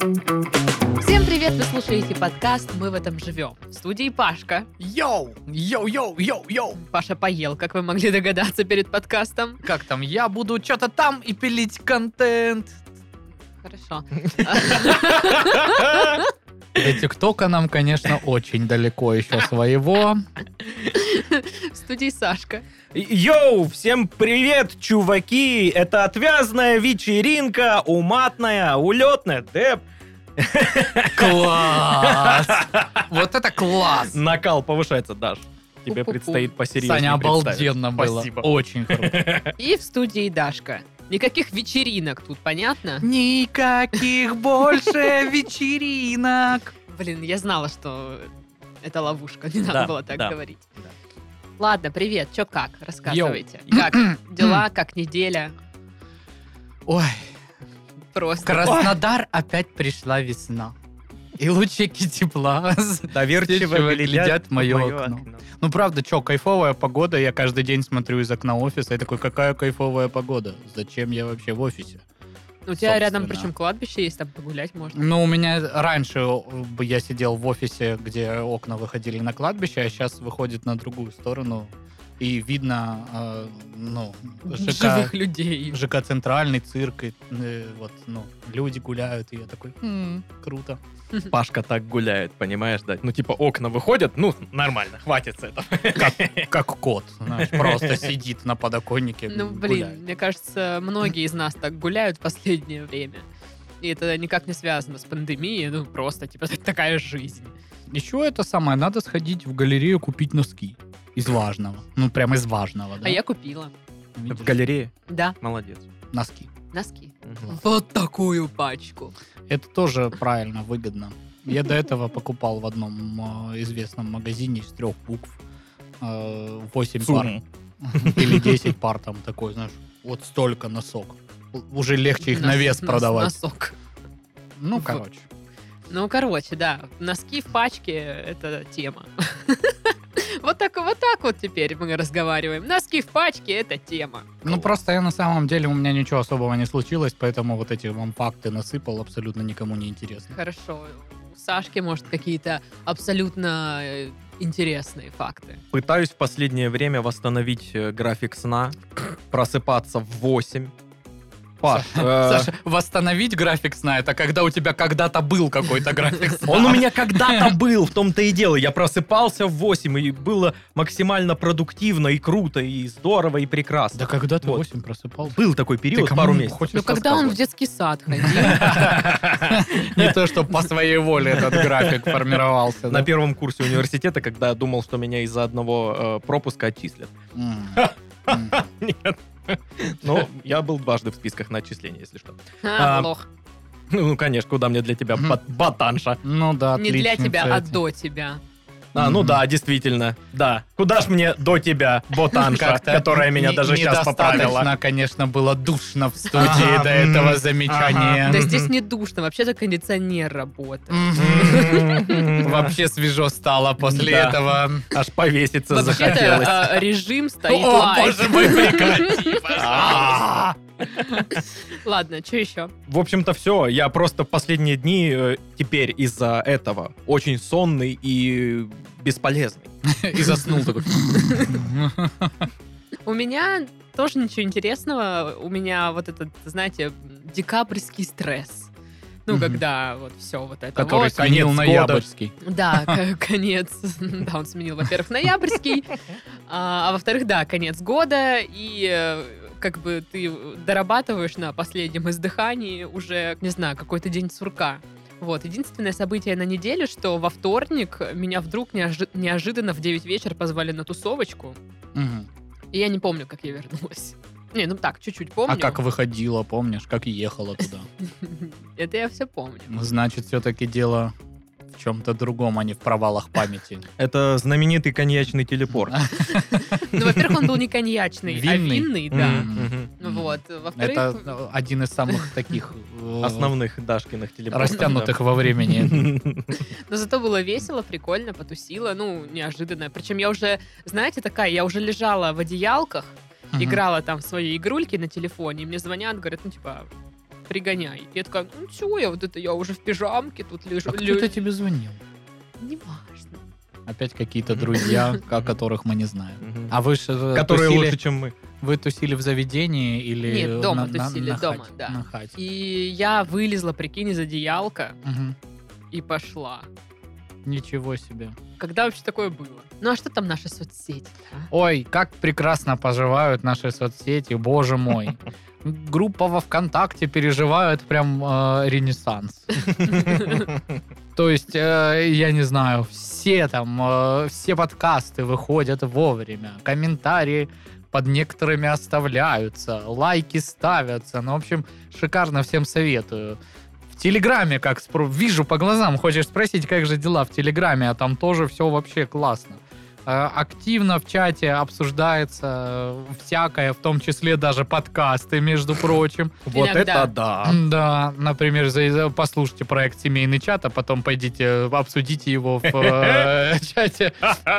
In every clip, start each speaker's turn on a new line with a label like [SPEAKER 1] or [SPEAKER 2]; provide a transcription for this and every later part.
[SPEAKER 1] Всем привет! Вы слушаете подкаст «Мы в этом живем». В студии Пашка.
[SPEAKER 2] Йоу! Йоу-йоу! Йоу-йоу!
[SPEAKER 1] Паша поел, как вы могли догадаться перед подкастом.
[SPEAKER 2] Как там? Я буду что-то там и пилить контент.
[SPEAKER 1] Хорошо.
[SPEAKER 2] До ТикТока нам, конечно, очень далеко еще своего.
[SPEAKER 1] В студии Сашка.
[SPEAKER 3] Йоу, всем привет, чуваки! Это отвязная вечеринка, уматная, улетная, деп.
[SPEAKER 2] Класс! Вот это класс!
[SPEAKER 3] Накал повышается, Даш. Тебе
[SPEAKER 1] Пу-пу-пу.
[SPEAKER 3] предстоит посерьезнее
[SPEAKER 2] Саня,
[SPEAKER 3] представить.
[SPEAKER 2] обалденно было.
[SPEAKER 3] Спасибо.
[SPEAKER 2] Очень круто.
[SPEAKER 1] И в студии Дашка. Никаких вечеринок тут, понятно?
[SPEAKER 2] Никаких больше вечеринок.
[SPEAKER 1] Блин, я знала, что это ловушка. Не надо
[SPEAKER 3] Да,
[SPEAKER 1] было так
[SPEAKER 3] да,
[SPEAKER 1] говорить.
[SPEAKER 3] да.
[SPEAKER 1] Ладно, привет. Чё как? Рассказывайте. Как дела? Как неделя?
[SPEAKER 2] Ой, в
[SPEAKER 1] Просто.
[SPEAKER 2] Краснодар опять пришла весна. И лучики тепла
[SPEAKER 3] Доверчиво
[SPEAKER 2] Сидят, глядят
[SPEAKER 3] глядят
[SPEAKER 2] в моё окно. Ну правда, чё, кайфовая погода. Я каждый день смотрю из окна офиса и такой, какая кайфовая погода. Зачем я вообще в офисе?
[SPEAKER 1] Ну, У тебя рядом,
[SPEAKER 2] собственно.
[SPEAKER 1] причем кладбище есть, там погулять можно.
[SPEAKER 2] Ну, у меня раньше э, я сидел в офисе, где окна выходили на кладбище, а сейчас выходит на другую сторону. И видно, э, ну, ЖК,
[SPEAKER 1] Живых людей.
[SPEAKER 2] ЖК центральный цирк, и, э, вот, ну, люди гуляют, и я такой, «М, круто.
[SPEAKER 3] Пашка так гуляет, понимаешь, да? Ну, типа, окна выходят, ну, нормально, хватит с этого.
[SPEAKER 2] Как, как кот, знаешь, просто сидит на подоконнике,
[SPEAKER 1] Ну, блин,
[SPEAKER 2] гуляет.
[SPEAKER 1] мне кажется, многие из нас так гуляют в последнее время. И это никак не связано с пандемией, ну, просто, типа, такая жизнь.
[SPEAKER 2] Еще это самое, надо сходить в галерею купить носки. Из важного. Ну, прям из важного, да?
[SPEAKER 1] А я купила.
[SPEAKER 2] Видишь?
[SPEAKER 3] В галерее.
[SPEAKER 1] Да,
[SPEAKER 3] Молодец.
[SPEAKER 2] Носки.
[SPEAKER 1] носки.
[SPEAKER 3] Мгм.
[SPEAKER 1] Вот такую пачку.
[SPEAKER 2] Это тоже правильно, выгодно. Я до этого покупал в одном э, известном магазине из трех букв. 8 пар.
[SPEAKER 3] Сумму.
[SPEAKER 2] Или 10 пар там такой, знаешь, вот столько носок. У- Уже легче их на
[SPEAKER 1] Нос-
[SPEAKER 2] вес
[SPEAKER 1] нос-
[SPEAKER 2] продавать.
[SPEAKER 1] Носок.
[SPEAKER 2] Ну,
[SPEAKER 1] Вот.
[SPEAKER 2] короче.
[SPEAKER 1] Ну, короче, да, носки в пачке — это тема. Вот так, вот так вот теперь мы разговариваем. Носки в пачке — это тема.
[SPEAKER 2] Ну, просто я на самом деле, у меня ничего особого не случилось, поэтому вот эти вам факты насыпал, абсолютно никому не интересно.
[SPEAKER 1] Хорошо. У Сашки, может, какие-то абсолютно э, интересные факты.
[SPEAKER 3] Пытаюсь в последнее время восстановить э, график сна, просыпаться в 8. Паш, э,
[SPEAKER 2] Саша, восстановить график сна, это когда у тебя когда-то был какой-то график сна.
[SPEAKER 3] Он у меня когда-то был, в том-то и дело. Я просыпался в 8, и было максимально продуктивно, и круто, и здорово, и прекрасно.
[SPEAKER 2] Да когда ты
[SPEAKER 3] Вот.
[SPEAKER 2] 8 просыпался?
[SPEAKER 3] Был такой период, пару месяцев.
[SPEAKER 1] Ну, когда он в детский сад ходил.
[SPEAKER 2] Не то, что по своей воле этот график формировался.
[SPEAKER 3] На
[SPEAKER 2] да?
[SPEAKER 3] первом курсе университета, когда я думал, что меня из-за одного э, пропуска отчислят.
[SPEAKER 2] М. М.
[SPEAKER 3] Нет. Но я был дважды в списках на отчисление, если что.
[SPEAKER 1] А,
[SPEAKER 3] А,
[SPEAKER 1] лох.
[SPEAKER 3] Ну, конечно, куда мне для тебя,
[SPEAKER 2] Мгм.
[SPEAKER 3] бат- ботанша?
[SPEAKER 2] Ну да,
[SPEAKER 1] Не для
[SPEAKER 2] отличница
[SPEAKER 1] тебя, а
[SPEAKER 2] эти.
[SPEAKER 1] до тебя.
[SPEAKER 3] А, ну
[SPEAKER 2] Мгм.
[SPEAKER 3] да, действительно, да. Куда ж мне до тебя, ботанша,
[SPEAKER 2] Как-то
[SPEAKER 3] которая меня
[SPEAKER 2] не-
[SPEAKER 3] даже сейчас поправила?
[SPEAKER 2] недостаточно, конечно, было душно в студии
[SPEAKER 3] Ага,
[SPEAKER 2] до
[SPEAKER 3] мгм,
[SPEAKER 2] этого
[SPEAKER 3] ага.
[SPEAKER 2] замечания.
[SPEAKER 1] Да здесь не душно, вообще-то кондиционер работает.
[SPEAKER 2] Мгм. Вообще свежо стало после
[SPEAKER 3] Да.
[SPEAKER 2] этого.
[SPEAKER 3] М-м-м. Аж повеситься захотелось.
[SPEAKER 1] Вообще-то э, режим стоит
[SPEAKER 2] О,
[SPEAKER 1] лайт.
[SPEAKER 2] боже мой, прекрати, пожалуйста.
[SPEAKER 3] А.
[SPEAKER 1] Ладно, что еще?
[SPEAKER 3] В общем-то, все. Я просто последние дни э, теперь из-за этого очень сонный и бесполезный.
[SPEAKER 2] И заснул такой.
[SPEAKER 1] У меня тоже ничего интересного. У меня вот этот, знаете, декабрьский стресс. Ну,
[SPEAKER 2] Мгм.
[SPEAKER 1] когда вот все вот это
[SPEAKER 2] Который
[SPEAKER 1] вот.
[SPEAKER 2] сменил
[SPEAKER 3] конец
[SPEAKER 2] на
[SPEAKER 3] года.
[SPEAKER 2] Яборский.
[SPEAKER 1] Да, к- конец. Да, он сменил, во-первых, ноябрьский, а а во-вторых, да, конец года, и э, как бы ты дорабатываешь на последнем издыхании уже, не знаю, какой-то день сурка. Вот, единственное событие на неделе, что во вторник меня вдруг неожи- неожиданно в 9 вечера позвали на тусовочку,
[SPEAKER 2] Мгм.
[SPEAKER 1] и я не помню, как я вернулась. Не, ну так, чуть-чуть помню.
[SPEAKER 2] А как выходила, помнишь, как ехала туда?
[SPEAKER 1] Это я все помню.
[SPEAKER 2] Значит, все-таки дело в чем-то другом, а не в провалах памяти.
[SPEAKER 3] Это знаменитый коньячный телепорт.
[SPEAKER 1] Ну, во-первых, он был не коньячный, а
[SPEAKER 2] Винный.
[SPEAKER 1] винный, да.
[SPEAKER 3] Мгм, мгм.
[SPEAKER 1] Ну Вот. Во-вторых,
[SPEAKER 2] Это э, один из самых таких э,
[SPEAKER 3] Основных Дашкиных телепортов.
[SPEAKER 2] растянутых во времени.
[SPEAKER 1] но зато было весело, прикольно, потусила, ну, неожиданно. Причем я уже, знаете, такая, я уже лежала в одеялках, играла там в свои игрульки на телефоне, и мне звонят, говорят, ну, типа, пригоняй. Я такая, ну, чего я вот это, я уже в пижамке тут лежу.
[SPEAKER 2] А кто-то тебе звонил?
[SPEAKER 1] Неважно.
[SPEAKER 2] Опять какие-то
[SPEAKER 3] Мгм.
[SPEAKER 2] друзья, о которых мы не знаем.
[SPEAKER 3] Мгм.
[SPEAKER 2] А вы же
[SPEAKER 3] Которые
[SPEAKER 2] тусили-
[SPEAKER 3] лучше, чем мы.
[SPEAKER 2] Вы тусили в заведении или
[SPEAKER 1] Нет, дома
[SPEAKER 2] на- на-
[SPEAKER 1] тусили,
[SPEAKER 2] на
[SPEAKER 1] дома,
[SPEAKER 2] хате?
[SPEAKER 1] да.
[SPEAKER 2] На хате.
[SPEAKER 1] И я вылезла, прикинь, из одеялка
[SPEAKER 2] Мгм.
[SPEAKER 1] и пошла.
[SPEAKER 2] Ничего себе.
[SPEAKER 1] Когда вообще такое было? Ну, а что там наши а? соцсети?
[SPEAKER 2] Ой, как прекрасно поживают наши соцсети, боже мой. Группа во ВКонтакте переживает прям э, ренессанс. То есть, э, я не знаю, все там, э, все подкасты выходят вовремя, комментарии под некоторыми оставляются, лайки ставятся. Ну, в общем, шикарно всем советую. В Телеграме, как спро- вижу по глазам, хочешь спросить, как же дела в Телеграме, а там тоже все вообще классно. Э, Активно в чате обсуждается э, всякое, в том числе даже подкасты, между прочим.
[SPEAKER 3] Вот
[SPEAKER 1] Иногда.
[SPEAKER 3] это А, да.
[SPEAKER 2] Да, например, за- за- послушайте проект «Семейный чат», а потом пойдите, э, обсудите его в э, чате.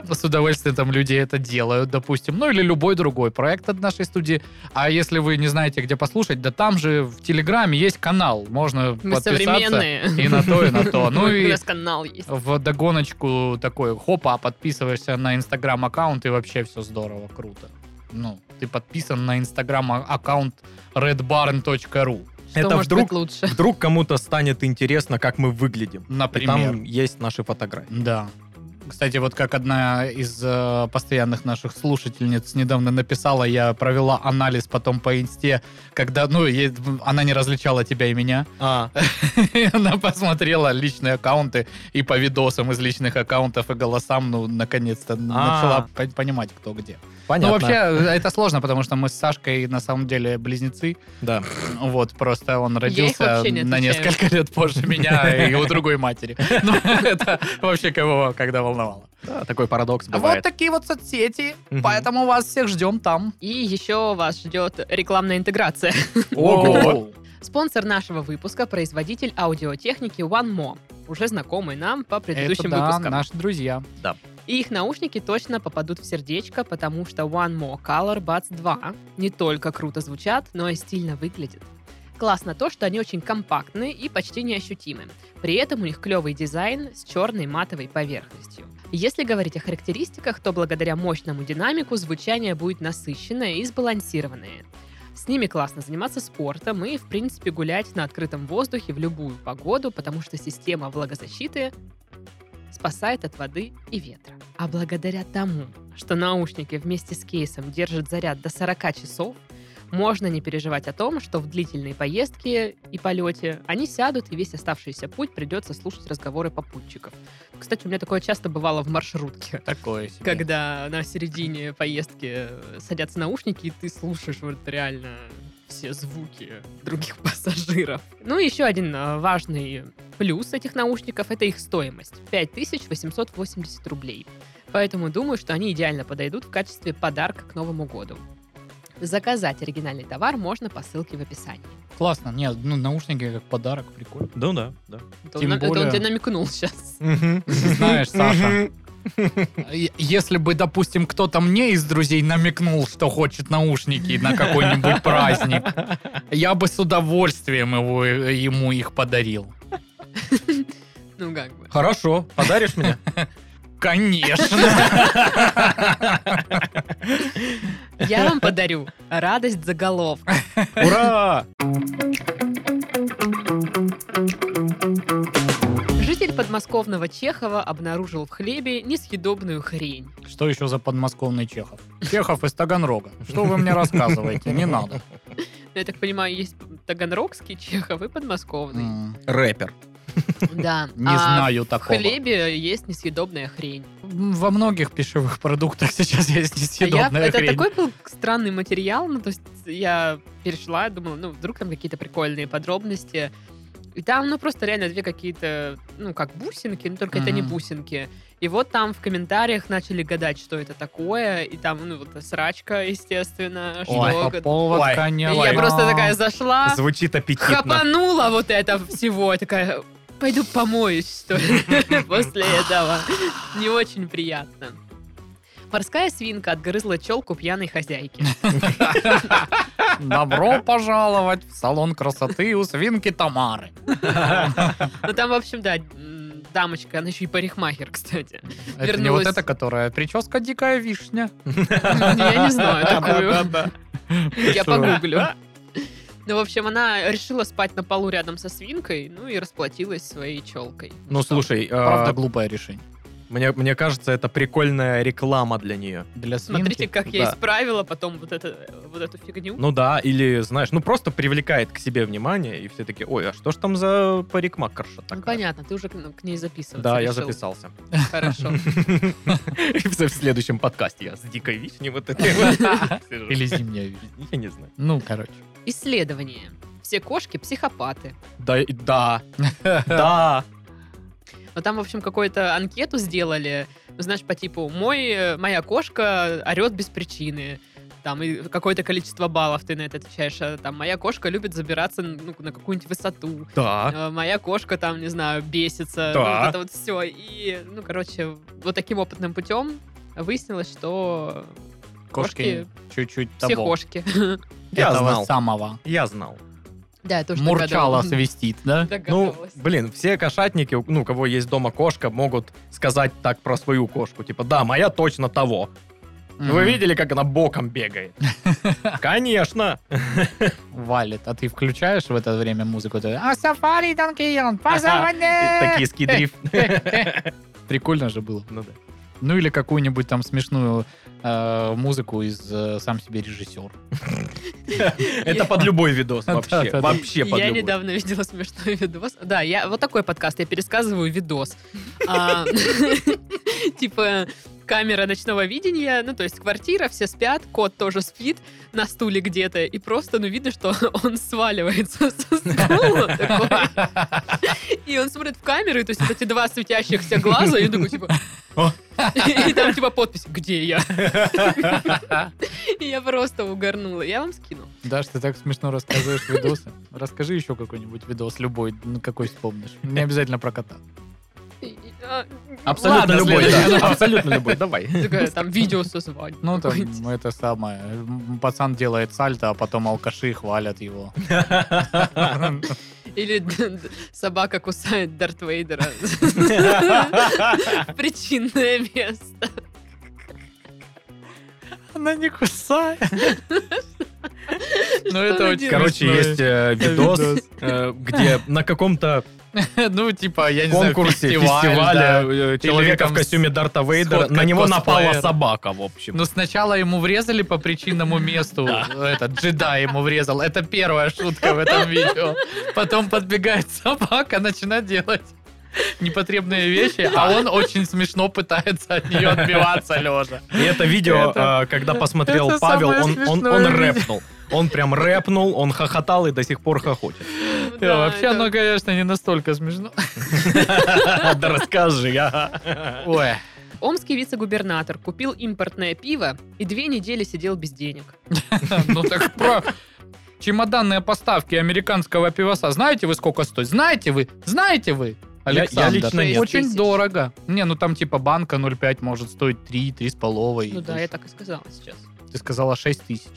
[SPEAKER 2] С удовольствием там люди это делают, допустим. Ну, или любой другой проект от нашей студии. А если вы не знаете, где послушать, да там же в Телеграме есть канал. Можно
[SPEAKER 1] Мы
[SPEAKER 2] подписаться
[SPEAKER 1] современные.
[SPEAKER 2] и на то, и на то. Ну
[SPEAKER 1] У
[SPEAKER 2] и
[SPEAKER 1] нас канал есть.
[SPEAKER 2] в догоночку такой, хопа, подписываешься на инстаграм-аккаунт, и вообще все здорово, круто. Ну, ты подписан на а-, инстаграм-аккаунт redbarn.ru.
[SPEAKER 1] Что
[SPEAKER 3] Это
[SPEAKER 1] может
[SPEAKER 3] вдруг-
[SPEAKER 1] быть лучше?
[SPEAKER 3] Вдруг кому-то станет интересно, как мы выглядим. И
[SPEAKER 2] Например.
[SPEAKER 3] Там есть наши фотографии.
[SPEAKER 2] Да. Кстати, вот как одна из э, постоянных наших слушательниц недавно написала, я провела анализ потом по инсте, когда, ну, е- она не различала тебя и меня.
[SPEAKER 3] А,
[SPEAKER 2] И она посмотрела личные аккаунты и по видосам из личных аккаунтов и голосам, ну, наконец-то начала пон- понимать, кто где.
[SPEAKER 3] понятно.
[SPEAKER 2] Ну, вообще, э, это сложно, потому что мы с Сашкой на самом деле близнецы.
[SPEAKER 3] да.
[SPEAKER 2] Вот, просто он родился
[SPEAKER 1] вообще не
[SPEAKER 2] на
[SPEAKER 1] отличаю.
[SPEAKER 2] несколько лет позже меня и у другой матери. Ну, это вообще кого когда волновало.
[SPEAKER 3] Да, такой парадокс
[SPEAKER 2] А
[SPEAKER 3] бывает.
[SPEAKER 2] Вот такие вот соцсети.
[SPEAKER 3] Мгм.
[SPEAKER 2] Поэтому вас всех ждем там.
[SPEAKER 1] И еще вас ждет рекламная интеграция.
[SPEAKER 3] Ого!
[SPEAKER 1] Спонсор нашего выпуска – производитель аудиотехники OneMo, уже знакомый нам по
[SPEAKER 2] Это
[SPEAKER 1] предыдущим
[SPEAKER 2] да,
[SPEAKER 1] выпускам.
[SPEAKER 2] наши друзья.
[SPEAKER 1] И их наушники точно попадут в сердечко, потому что OneMo Color Buds 2 не только круто звучат, но и стильно выглядят. Классно то, что они очень компактны и почти неощутимы. При этом у них клевый дизайн с черной матовой поверхностью. Если говорить о характеристиках, то благодаря мощному динамику звучание будет насыщенное и сбалансированное. С ними классно заниматься спортом и, в принципе, гулять на открытом воздухе в любую погоду, потому что система влагозащиты спасает от воды и ветра. А благодаря тому, что наушники вместе с кейсом держат заряд до 40 часов, можно не переживать о том, что в длительной поездке и полете они сядут, и весь оставшийся путь придется слушать разговоры попутчиков. Кстати, у меня такое часто бывало в маршрутке
[SPEAKER 2] Такое себе.
[SPEAKER 1] когда на середине поездки э, садятся наушники, и ты слушаешь вот реально все звуки других пассажиров. Ну и еще один э, важный плюс этих наушников — это их стоимость. 5880 рублей. Поэтому думаю, что они идеально подойдут в качестве подарка к Новому году. Заказать оригинальный товар можно по ссылке в описании.
[SPEAKER 2] Классно. Нет, ну наушники как подарок, прикольно.
[SPEAKER 3] Ну да, да.
[SPEAKER 1] Это,
[SPEAKER 2] Тем
[SPEAKER 1] он, это он
[SPEAKER 2] более-
[SPEAKER 1] тебе намекнул сейчас.
[SPEAKER 2] Знаешь,
[SPEAKER 3] Знаешь,
[SPEAKER 2] Саша. Е- Если бы, допустим, кто-то мне из друзей намекнул, что хочет наушники на какой-нибудь праздник, я бы с удовольствием его, э, ему их подарил.
[SPEAKER 1] Ну как бы.
[SPEAKER 3] Хорошо, подаришь мне?
[SPEAKER 2] Конечно.
[SPEAKER 1] Я вам подарю радость заголовка.
[SPEAKER 3] Ура!
[SPEAKER 1] Житель подмосковного Чехова обнаружил в хлебе несъедобную хрень.
[SPEAKER 2] Что еще за подмосковный Чехов? Чехов из Таганрога. Что вы мне рассказываете? Не надо.
[SPEAKER 1] Ну, Я так понимаю, есть таганрогский Чехов и подмосковный.
[SPEAKER 2] М,
[SPEAKER 3] Рэпер.
[SPEAKER 1] Да.
[SPEAKER 2] Не
[SPEAKER 1] А
[SPEAKER 2] знаю
[SPEAKER 1] В
[SPEAKER 2] такого.
[SPEAKER 1] хлебе есть несъедобная хрень.
[SPEAKER 2] М, Во многих пищевых продуктах сейчас есть
[SPEAKER 1] А я-
[SPEAKER 2] несъедобная
[SPEAKER 1] это
[SPEAKER 2] хрень.
[SPEAKER 1] такой был странный материал, ну, то есть я перешла, думала, ну, вдруг там какие-то прикольные подробности. И там, ну, просто реально две какие-то, ну, как бусинки, но только это не
[SPEAKER 2] Мгм.
[SPEAKER 1] бусинки. И вот там в комментариях начали гадать, что это такое, и там, ну, вот срачка, естественно,
[SPEAKER 2] Ой,
[SPEAKER 1] что...
[SPEAKER 2] по
[SPEAKER 1] г-
[SPEAKER 2] повод,
[SPEAKER 3] Ой,
[SPEAKER 1] И
[SPEAKER 2] конечно.
[SPEAKER 1] я просто такая зашла,
[SPEAKER 3] Звучит аппетитно.
[SPEAKER 1] хапанула вот это всего, и такая, пойду помоюсь, что ли, после этого. Не очень приятно. Морская свинка отгрызла челку пьяной хозяйки.
[SPEAKER 2] Добро пожаловать в салон красоты у свинки Тамары.
[SPEAKER 1] Ну там, в общем, да, м, дамочка, она еще и парикмахер, кстати.
[SPEAKER 2] Это не
[SPEAKER 1] Вернулась.
[SPEAKER 2] вот эта, которая прическа дикая вишня.
[SPEAKER 1] Я не знаю такую.
[SPEAKER 2] Да-да-да.
[SPEAKER 1] Я
[SPEAKER 2] что?
[SPEAKER 1] погуглю. Ну, в общем, она решила спать на полу рядом со свинкой, ну и расплатилась своей челкой.
[SPEAKER 3] Ну, слушай, э,
[SPEAKER 2] Правда, глупое решение.
[SPEAKER 3] мне, мне кажется, это прикольная реклама для нее.
[SPEAKER 2] Для свинки.
[SPEAKER 1] Смотрите, как я
[SPEAKER 3] да.
[SPEAKER 1] исправила потом вот это- вот эту фигню.
[SPEAKER 3] Ну да, или, знаешь, ну просто привлекает к себе внимание, и все такие, ой, а что ж там за парикмакерша
[SPEAKER 1] Ну,
[SPEAKER 3] такая?
[SPEAKER 1] понятно, ты уже к, ну, к ней записываться
[SPEAKER 3] Да, я
[SPEAKER 1] решил.
[SPEAKER 3] записался.
[SPEAKER 1] Хорошо.
[SPEAKER 3] И В следующем подкасте я с дикой вишней вот этой вот. сижу.
[SPEAKER 2] Или зимняя вишня.
[SPEAKER 3] Я не знаю.
[SPEAKER 2] Ну, короче.
[SPEAKER 1] Исследование. Все кошки психопаты.
[SPEAKER 3] Да, и- да, да.
[SPEAKER 1] Но там, в общем, какую-то анкету сделали, ну, знаешь, по типу «Мой, э, моя кошка орет без причины». Там и какое-то количество баллов ты на это отвечаешь. а Там моя кошка любит забираться ну, на какую-нибудь высоту.
[SPEAKER 3] Да.
[SPEAKER 1] Э, Моя кошка там, не знаю, бесится.
[SPEAKER 3] А? Да.
[SPEAKER 1] Ну, вот это вот все. И, ну, короче, вот таким опытным путем выяснилось, что
[SPEAKER 2] Кошки
[SPEAKER 1] Кошки
[SPEAKER 2] чуть-чуть
[SPEAKER 1] все
[SPEAKER 2] того.
[SPEAKER 1] кошки.
[SPEAKER 3] Я
[SPEAKER 2] Этого
[SPEAKER 3] знал.
[SPEAKER 2] самого.
[SPEAKER 3] Я знал.
[SPEAKER 1] Да, я тоже
[SPEAKER 2] Мурчало
[SPEAKER 1] догадывалась.
[SPEAKER 2] свистит, да?
[SPEAKER 3] Ну,
[SPEAKER 1] Догадывалась.
[SPEAKER 3] блин, все кошатники, ну, у кого есть дома кошка, могут сказать так про свою кошку. Типа, да, моя точно того. Вы
[SPEAKER 2] Мгм.
[SPEAKER 3] видели, как она боком бегает? Конечно.
[SPEAKER 2] Валит. А ты включаешь в это время музыку? ты, А сафари Данкион,
[SPEAKER 3] И Такие
[SPEAKER 2] позвони!»
[SPEAKER 3] скидрифт.
[SPEAKER 2] Прикольно же было.
[SPEAKER 3] Ну да.
[SPEAKER 2] Ну или какую-нибудь там смешную э, музыку из э, «Сам себе режиссер».
[SPEAKER 3] Это под любой видос вообще.
[SPEAKER 2] Да-да-да.
[SPEAKER 3] Вообще под
[SPEAKER 1] я
[SPEAKER 3] любой.
[SPEAKER 1] недавно видела смешной видос. Да, я вот такой подкаст, я пересказываю видос. А, Типа камера ночного видения, ну, то есть квартира, все спят, кот тоже спит на стуле где-то, и просто, ну, видно, что он сваливается со стула такой. И он смотрит в камеру, и то есть вот эти два светящихся глаза, и думаю, типа...
[SPEAKER 3] О.
[SPEAKER 1] И там, типа, подпись «Где я?». И я просто угорнула. Я вам скину.
[SPEAKER 2] Даш, ты так смешно рассказываешь видосы. Расскажи еще какой-нибудь видос, любой, ну, какой вспомнишь. Не обязательно про кота.
[SPEAKER 3] Абсолютно
[SPEAKER 2] Ладно,
[SPEAKER 3] любой.
[SPEAKER 2] следующий.
[SPEAKER 3] да. Абсолютно любой, давай.
[SPEAKER 1] Такая, там видео созвание.
[SPEAKER 2] Ну, там
[SPEAKER 1] какое-нибудь.
[SPEAKER 2] это самое. м, Пацан делает сальто, а потом алкаши хвалят его.
[SPEAKER 1] Или д- д- собака кусает Дарт Вейдера. Причинное место.
[SPEAKER 2] Она не кусает. Ну,
[SPEAKER 1] она
[SPEAKER 2] это очень
[SPEAKER 1] делает?
[SPEAKER 3] Короче,
[SPEAKER 2] смешно.
[SPEAKER 3] есть э, видос, э, где на каком-то
[SPEAKER 2] Ну, типа, я не знаю,
[SPEAKER 3] конкурсе,
[SPEAKER 2] фестиваль, да.
[SPEAKER 3] фестивале э, человека
[SPEAKER 2] там
[SPEAKER 3] в костюме Дарта Вейдера,
[SPEAKER 2] сходка
[SPEAKER 3] на него напала
[SPEAKER 2] косплеера.
[SPEAKER 3] собака, в общем.
[SPEAKER 2] Ну, сначала ему врезали по причинному месту. Этот джедай ему врезал. Это первая шутка в этом видео. Потом подбегает собака, начинает делать непотребные вещи, а он очень смешно пытается от нее отбиваться лежа.
[SPEAKER 3] И это видео,
[SPEAKER 2] Это-
[SPEAKER 3] э, когда посмотрел
[SPEAKER 2] это
[SPEAKER 3] Павел,
[SPEAKER 2] самое
[SPEAKER 3] он, он,
[SPEAKER 2] смешное
[SPEAKER 3] он
[SPEAKER 2] видео.
[SPEAKER 3] рэпнул. Он прям рэпнул, он хохотал и до сих пор хохочет.
[SPEAKER 1] Да,
[SPEAKER 2] Вообще,
[SPEAKER 1] это-
[SPEAKER 2] оно, конечно, не настолько смешно.
[SPEAKER 3] Да расскажи. ага.
[SPEAKER 2] Ой.
[SPEAKER 1] Омский вице-губернатор купил импортное пиво и две недели сидел без денег.
[SPEAKER 2] Ну так про чемоданные поставки американского пивоса. Знаете вы, сколько стоит? Знаете вы? Знаете вы?
[SPEAKER 3] Я- я
[SPEAKER 2] Александр,
[SPEAKER 3] лично нет.
[SPEAKER 2] очень
[SPEAKER 1] Тысяч.
[SPEAKER 2] дорого. Не, ну там типа банка 0,5 может стоить 3, 3,5.
[SPEAKER 1] Ну да, я так и сказала сейчас.
[SPEAKER 2] Ты сказала 6 тысяч.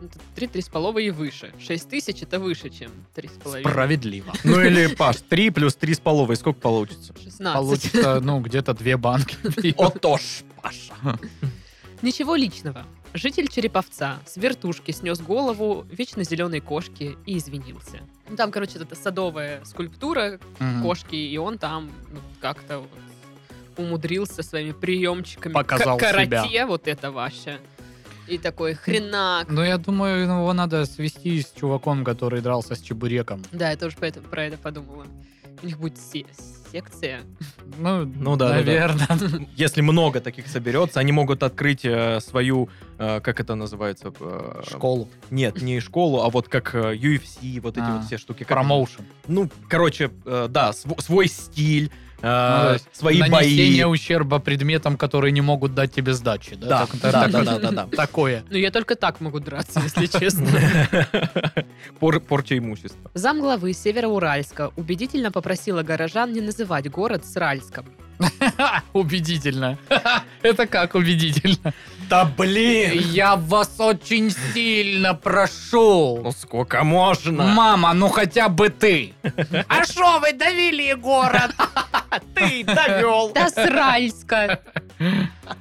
[SPEAKER 1] Это Три, три с половой и выше. Шесть тысяч это выше, чем три с половиной.
[SPEAKER 2] Справедливо.
[SPEAKER 3] Ну или, Паш, 3 плюс 3 с половой, сколько получится?
[SPEAKER 1] 16.
[SPEAKER 2] Получится, ну, где-то две банки.
[SPEAKER 3] Отош, Паша.
[SPEAKER 1] Ничего личного. Житель Череповца с вертушки снес голову вечно зеленой кошки и извинился. Ну, там, короче, это садовая скульптура,
[SPEAKER 2] Мгм.
[SPEAKER 1] кошки, и он там ну, как-то вот умудрился своими приемчиками.
[SPEAKER 2] Показал
[SPEAKER 1] к- карате
[SPEAKER 2] себя.
[SPEAKER 1] вот это ваше. И такой хренак.
[SPEAKER 2] Ну, я думаю, его надо свести с чуваком, который дрался с чебуреком.
[SPEAKER 1] Да, я тоже поэт- про это подумала. у них будет се- секция.
[SPEAKER 2] Ну,
[SPEAKER 3] Ну да, да, да.
[SPEAKER 2] наверное.
[SPEAKER 3] Если много таких соберется, они могут открыть э, свою, э, как это называется? э,
[SPEAKER 2] Школу.
[SPEAKER 3] Нет, не школу, а вот как э, UFC, вот эти
[SPEAKER 2] А,
[SPEAKER 3] вот все штуки. Как
[SPEAKER 2] Промоушен.
[SPEAKER 3] это? Ну, короче, э, да, св- свой стиль, э,
[SPEAKER 2] Ну, то есть
[SPEAKER 3] свои
[SPEAKER 2] Нанесение
[SPEAKER 3] бои.
[SPEAKER 2] ущерба предметам, которые не могут дать тебе сдачи.
[SPEAKER 3] Да,
[SPEAKER 2] Так-
[SPEAKER 3] да,
[SPEAKER 2] так-
[SPEAKER 3] да,
[SPEAKER 2] так-
[SPEAKER 3] да, да, да.
[SPEAKER 2] Такое.
[SPEAKER 1] Ну, я только так могу драться, если честно.
[SPEAKER 3] Пор- Порча имущества.
[SPEAKER 1] Замглавы Североуральска убедительно попросила горожан не называть город Сральском.
[SPEAKER 2] Убедительно. Это как убедительно?
[SPEAKER 3] Да блин!
[SPEAKER 2] Я вас очень сильно прошу.
[SPEAKER 3] Ну сколько можно?
[SPEAKER 2] Мама, ну хотя бы ты. А шо вы довели город?
[SPEAKER 3] Ты довел!
[SPEAKER 1] Да Сральска!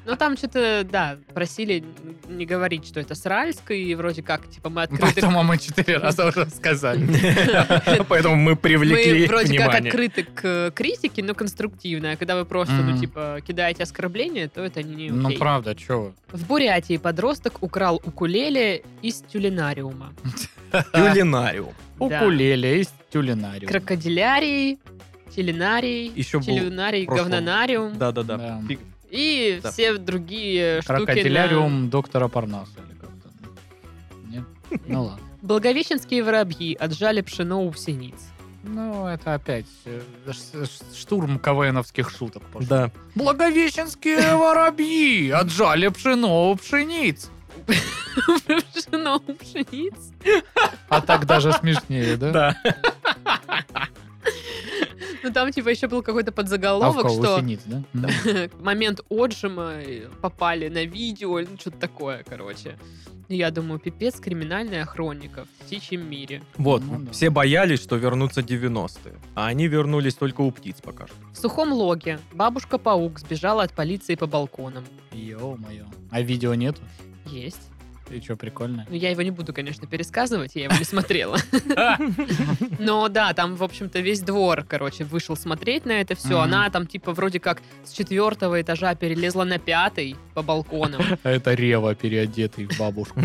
[SPEAKER 1] Ну, там что-то, да, просили не говорить, что это Сральск, и вроде как, типа, мы открыты...
[SPEAKER 2] Поэтому мы четыре раза уже сказали.
[SPEAKER 3] Поэтому мы привлекли
[SPEAKER 1] Мы
[SPEAKER 3] их
[SPEAKER 1] вроде как
[SPEAKER 3] внимание.
[SPEAKER 1] открыты к критике, но конструктивной. А когда вы просто, ну,
[SPEAKER 2] Мгм.
[SPEAKER 1] типа, кидаете оскорбления, то это не
[SPEAKER 2] Ну
[SPEAKER 1] окей.
[SPEAKER 2] правда, чё
[SPEAKER 1] В Бурятии подросток украл укулеле из тюленариума.
[SPEAKER 2] вы.
[SPEAKER 3] Юлинариум.
[SPEAKER 1] Да.
[SPEAKER 2] Укулеле из тюленариума.
[SPEAKER 1] Крокодилярий, теленарий,
[SPEAKER 3] Еще был
[SPEAKER 1] теленарий,
[SPEAKER 3] в прошлом.
[SPEAKER 1] говнонариум
[SPEAKER 3] Да-да-да.
[SPEAKER 2] Да.
[SPEAKER 3] Фиг.
[SPEAKER 1] и
[SPEAKER 3] Да.
[SPEAKER 1] все другие штуки. на-
[SPEAKER 2] Крокодиляриум доктора Парнаса или как-то. Нет? Ну ладно.
[SPEAKER 1] Благовещенские воробьи отжали пшено у синиц.
[SPEAKER 2] Ну, это опять э, ш- ш- штурм КВНовских шуток. пошел.
[SPEAKER 3] Да.
[SPEAKER 2] Благовещенские воробьи отжали пшено у пшениц.
[SPEAKER 1] Пшено у пшениц?
[SPEAKER 2] А так даже смешнее, да?
[SPEAKER 3] Да.
[SPEAKER 1] Ну там типа еще был какой-то
[SPEAKER 2] А у
[SPEAKER 1] подзаголовок,
[SPEAKER 2] кого? У
[SPEAKER 1] что
[SPEAKER 2] синиц, да? Да.
[SPEAKER 1] момент отжима э, попали на видео, ну что-то такое, короче. И Я думаю, пипец, криминальная хроника в птичьем мире.
[SPEAKER 3] Вот,
[SPEAKER 2] Ну да.
[SPEAKER 3] все боялись, что вернутся 90-е. А они вернулись только у птиц пока что.
[SPEAKER 1] В сухом логе бабушка-паук сбежала от полиции по балконам.
[SPEAKER 2] Ё-моё. А видео нету?
[SPEAKER 1] Есть.
[SPEAKER 2] И что, прикольно?
[SPEAKER 1] Ну, я его не буду, конечно, пересказывать, я его не смотрела. Но да, там, в общем-то, весь двор, короче, вышел смотреть на это все.
[SPEAKER 2] Мгм.
[SPEAKER 1] Она там, типа, вроде как с четвертого этажа перелезла на пятый по балконам.
[SPEAKER 2] А Это Рева, переодетый в бабушку.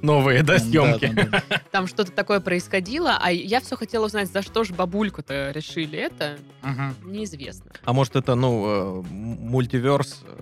[SPEAKER 3] Новые, да, Ну, съемки.
[SPEAKER 2] Ну, Да, да, да.
[SPEAKER 1] Там что-то такое происходило, а я все хотела узнать, за что же бабульку-то решили это,
[SPEAKER 2] Мгм.
[SPEAKER 1] неизвестно.
[SPEAKER 3] А может, это, ну, э, м- мультиверс, э,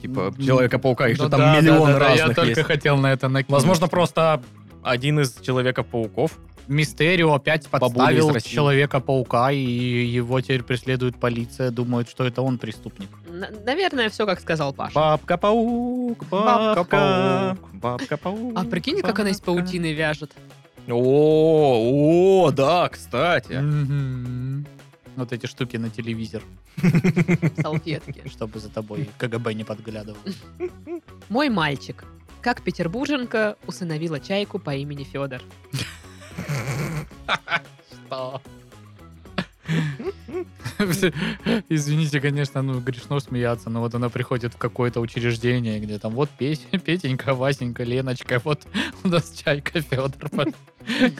[SPEAKER 3] типа
[SPEAKER 2] М,
[SPEAKER 3] Человека-паука, их
[SPEAKER 2] Ну
[SPEAKER 3] же там
[SPEAKER 2] да,
[SPEAKER 3] миллион
[SPEAKER 2] да, да, Я
[SPEAKER 3] разных
[SPEAKER 2] только
[SPEAKER 3] есть.
[SPEAKER 2] хотел на это накинуть.
[SPEAKER 3] Возможно, просто один из Человека-пауков.
[SPEAKER 2] Мистерио опять
[SPEAKER 3] Бабуля из
[SPEAKER 2] подставил
[SPEAKER 3] России.
[SPEAKER 2] Человека-паука, и его теперь преследует полиция, думают, что это он преступник.
[SPEAKER 1] Н- Наверное, все как сказал Паша. А
[SPEAKER 3] Бабка-паук, бабка,
[SPEAKER 2] Бабка-паук.
[SPEAKER 3] бабка-паук.
[SPEAKER 1] А прикинь, как она из
[SPEAKER 3] бабка.
[SPEAKER 1] паутины вяжет.
[SPEAKER 3] О, о, да, кстати.
[SPEAKER 2] Мгм. Вот эти штуки на телевизор,
[SPEAKER 1] Салфетки.
[SPEAKER 2] чтобы за тобой КГБ не подглядывал.
[SPEAKER 1] Мой мальчик. Как петербурженка усыновила чайку по имени Федор.
[SPEAKER 2] Что? Извините, конечно, ну грешно смеяться, но вот она приходит в какое-то учреждение, где там вот Петь- Петенька, Васенька, Леночка, вот у нас чайка Федор.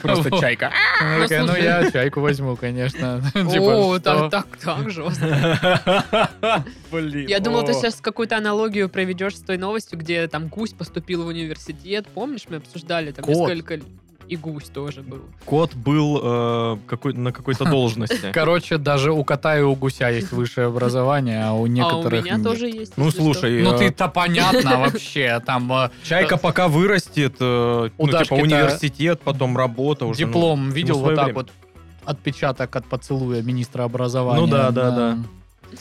[SPEAKER 3] Просто
[SPEAKER 2] Вот.
[SPEAKER 3] чайка.
[SPEAKER 2] Она такая, ну
[SPEAKER 1] А, слушай.
[SPEAKER 2] я чайку возьму, конечно.
[SPEAKER 1] О,
[SPEAKER 2] Типа, что?
[SPEAKER 1] так, так, так жестко.
[SPEAKER 3] Блин.
[SPEAKER 1] Я думал, ты
[SPEAKER 3] о.
[SPEAKER 1] сейчас какую-то аналогию проведешь с той новостью, где там гусь поступил в университет. Помнишь, мы обсуждали там
[SPEAKER 2] Кот.
[SPEAKER 1] несколько... л- И гусь тоже был. А
[SPEAKER 3] Кот был э, какой- на какой-то должности.
[SPEAKER 2] Короче, даже у кота и у гуся есть высшее образование, а у некоторых
[SPEAKER 1] а у меня
[SPEAKER 2] нет.
[SPEAKER 1] тоже есть.
[SPEAKER 3] Ну,
[SPEAKER 1] если что.
[SPEAKER 3] слушай,
[SPEAKER 2] Ну
[SPEAKER 3] э,
[SPEAKER 2] ты-то понятно вообще, там э,
[SPEAKER 3] Чайка пока вырастет, э,
[SPEAKER 2] У
[SPEAKER 3] ну, типа
[SPEAKER 2] Дашки-то
[SPEAKER 3] университет, потом работа уже. ну,
[SPEAKER 2] диплом видел
[SPEAKER 3] своё
[SPEAKER 2] вот так
[SPEAKER 3] время.
[SPEAKER 2] вот отпечаток от поцелуя министра образования.
[SPEAKER 3] Ну да, да,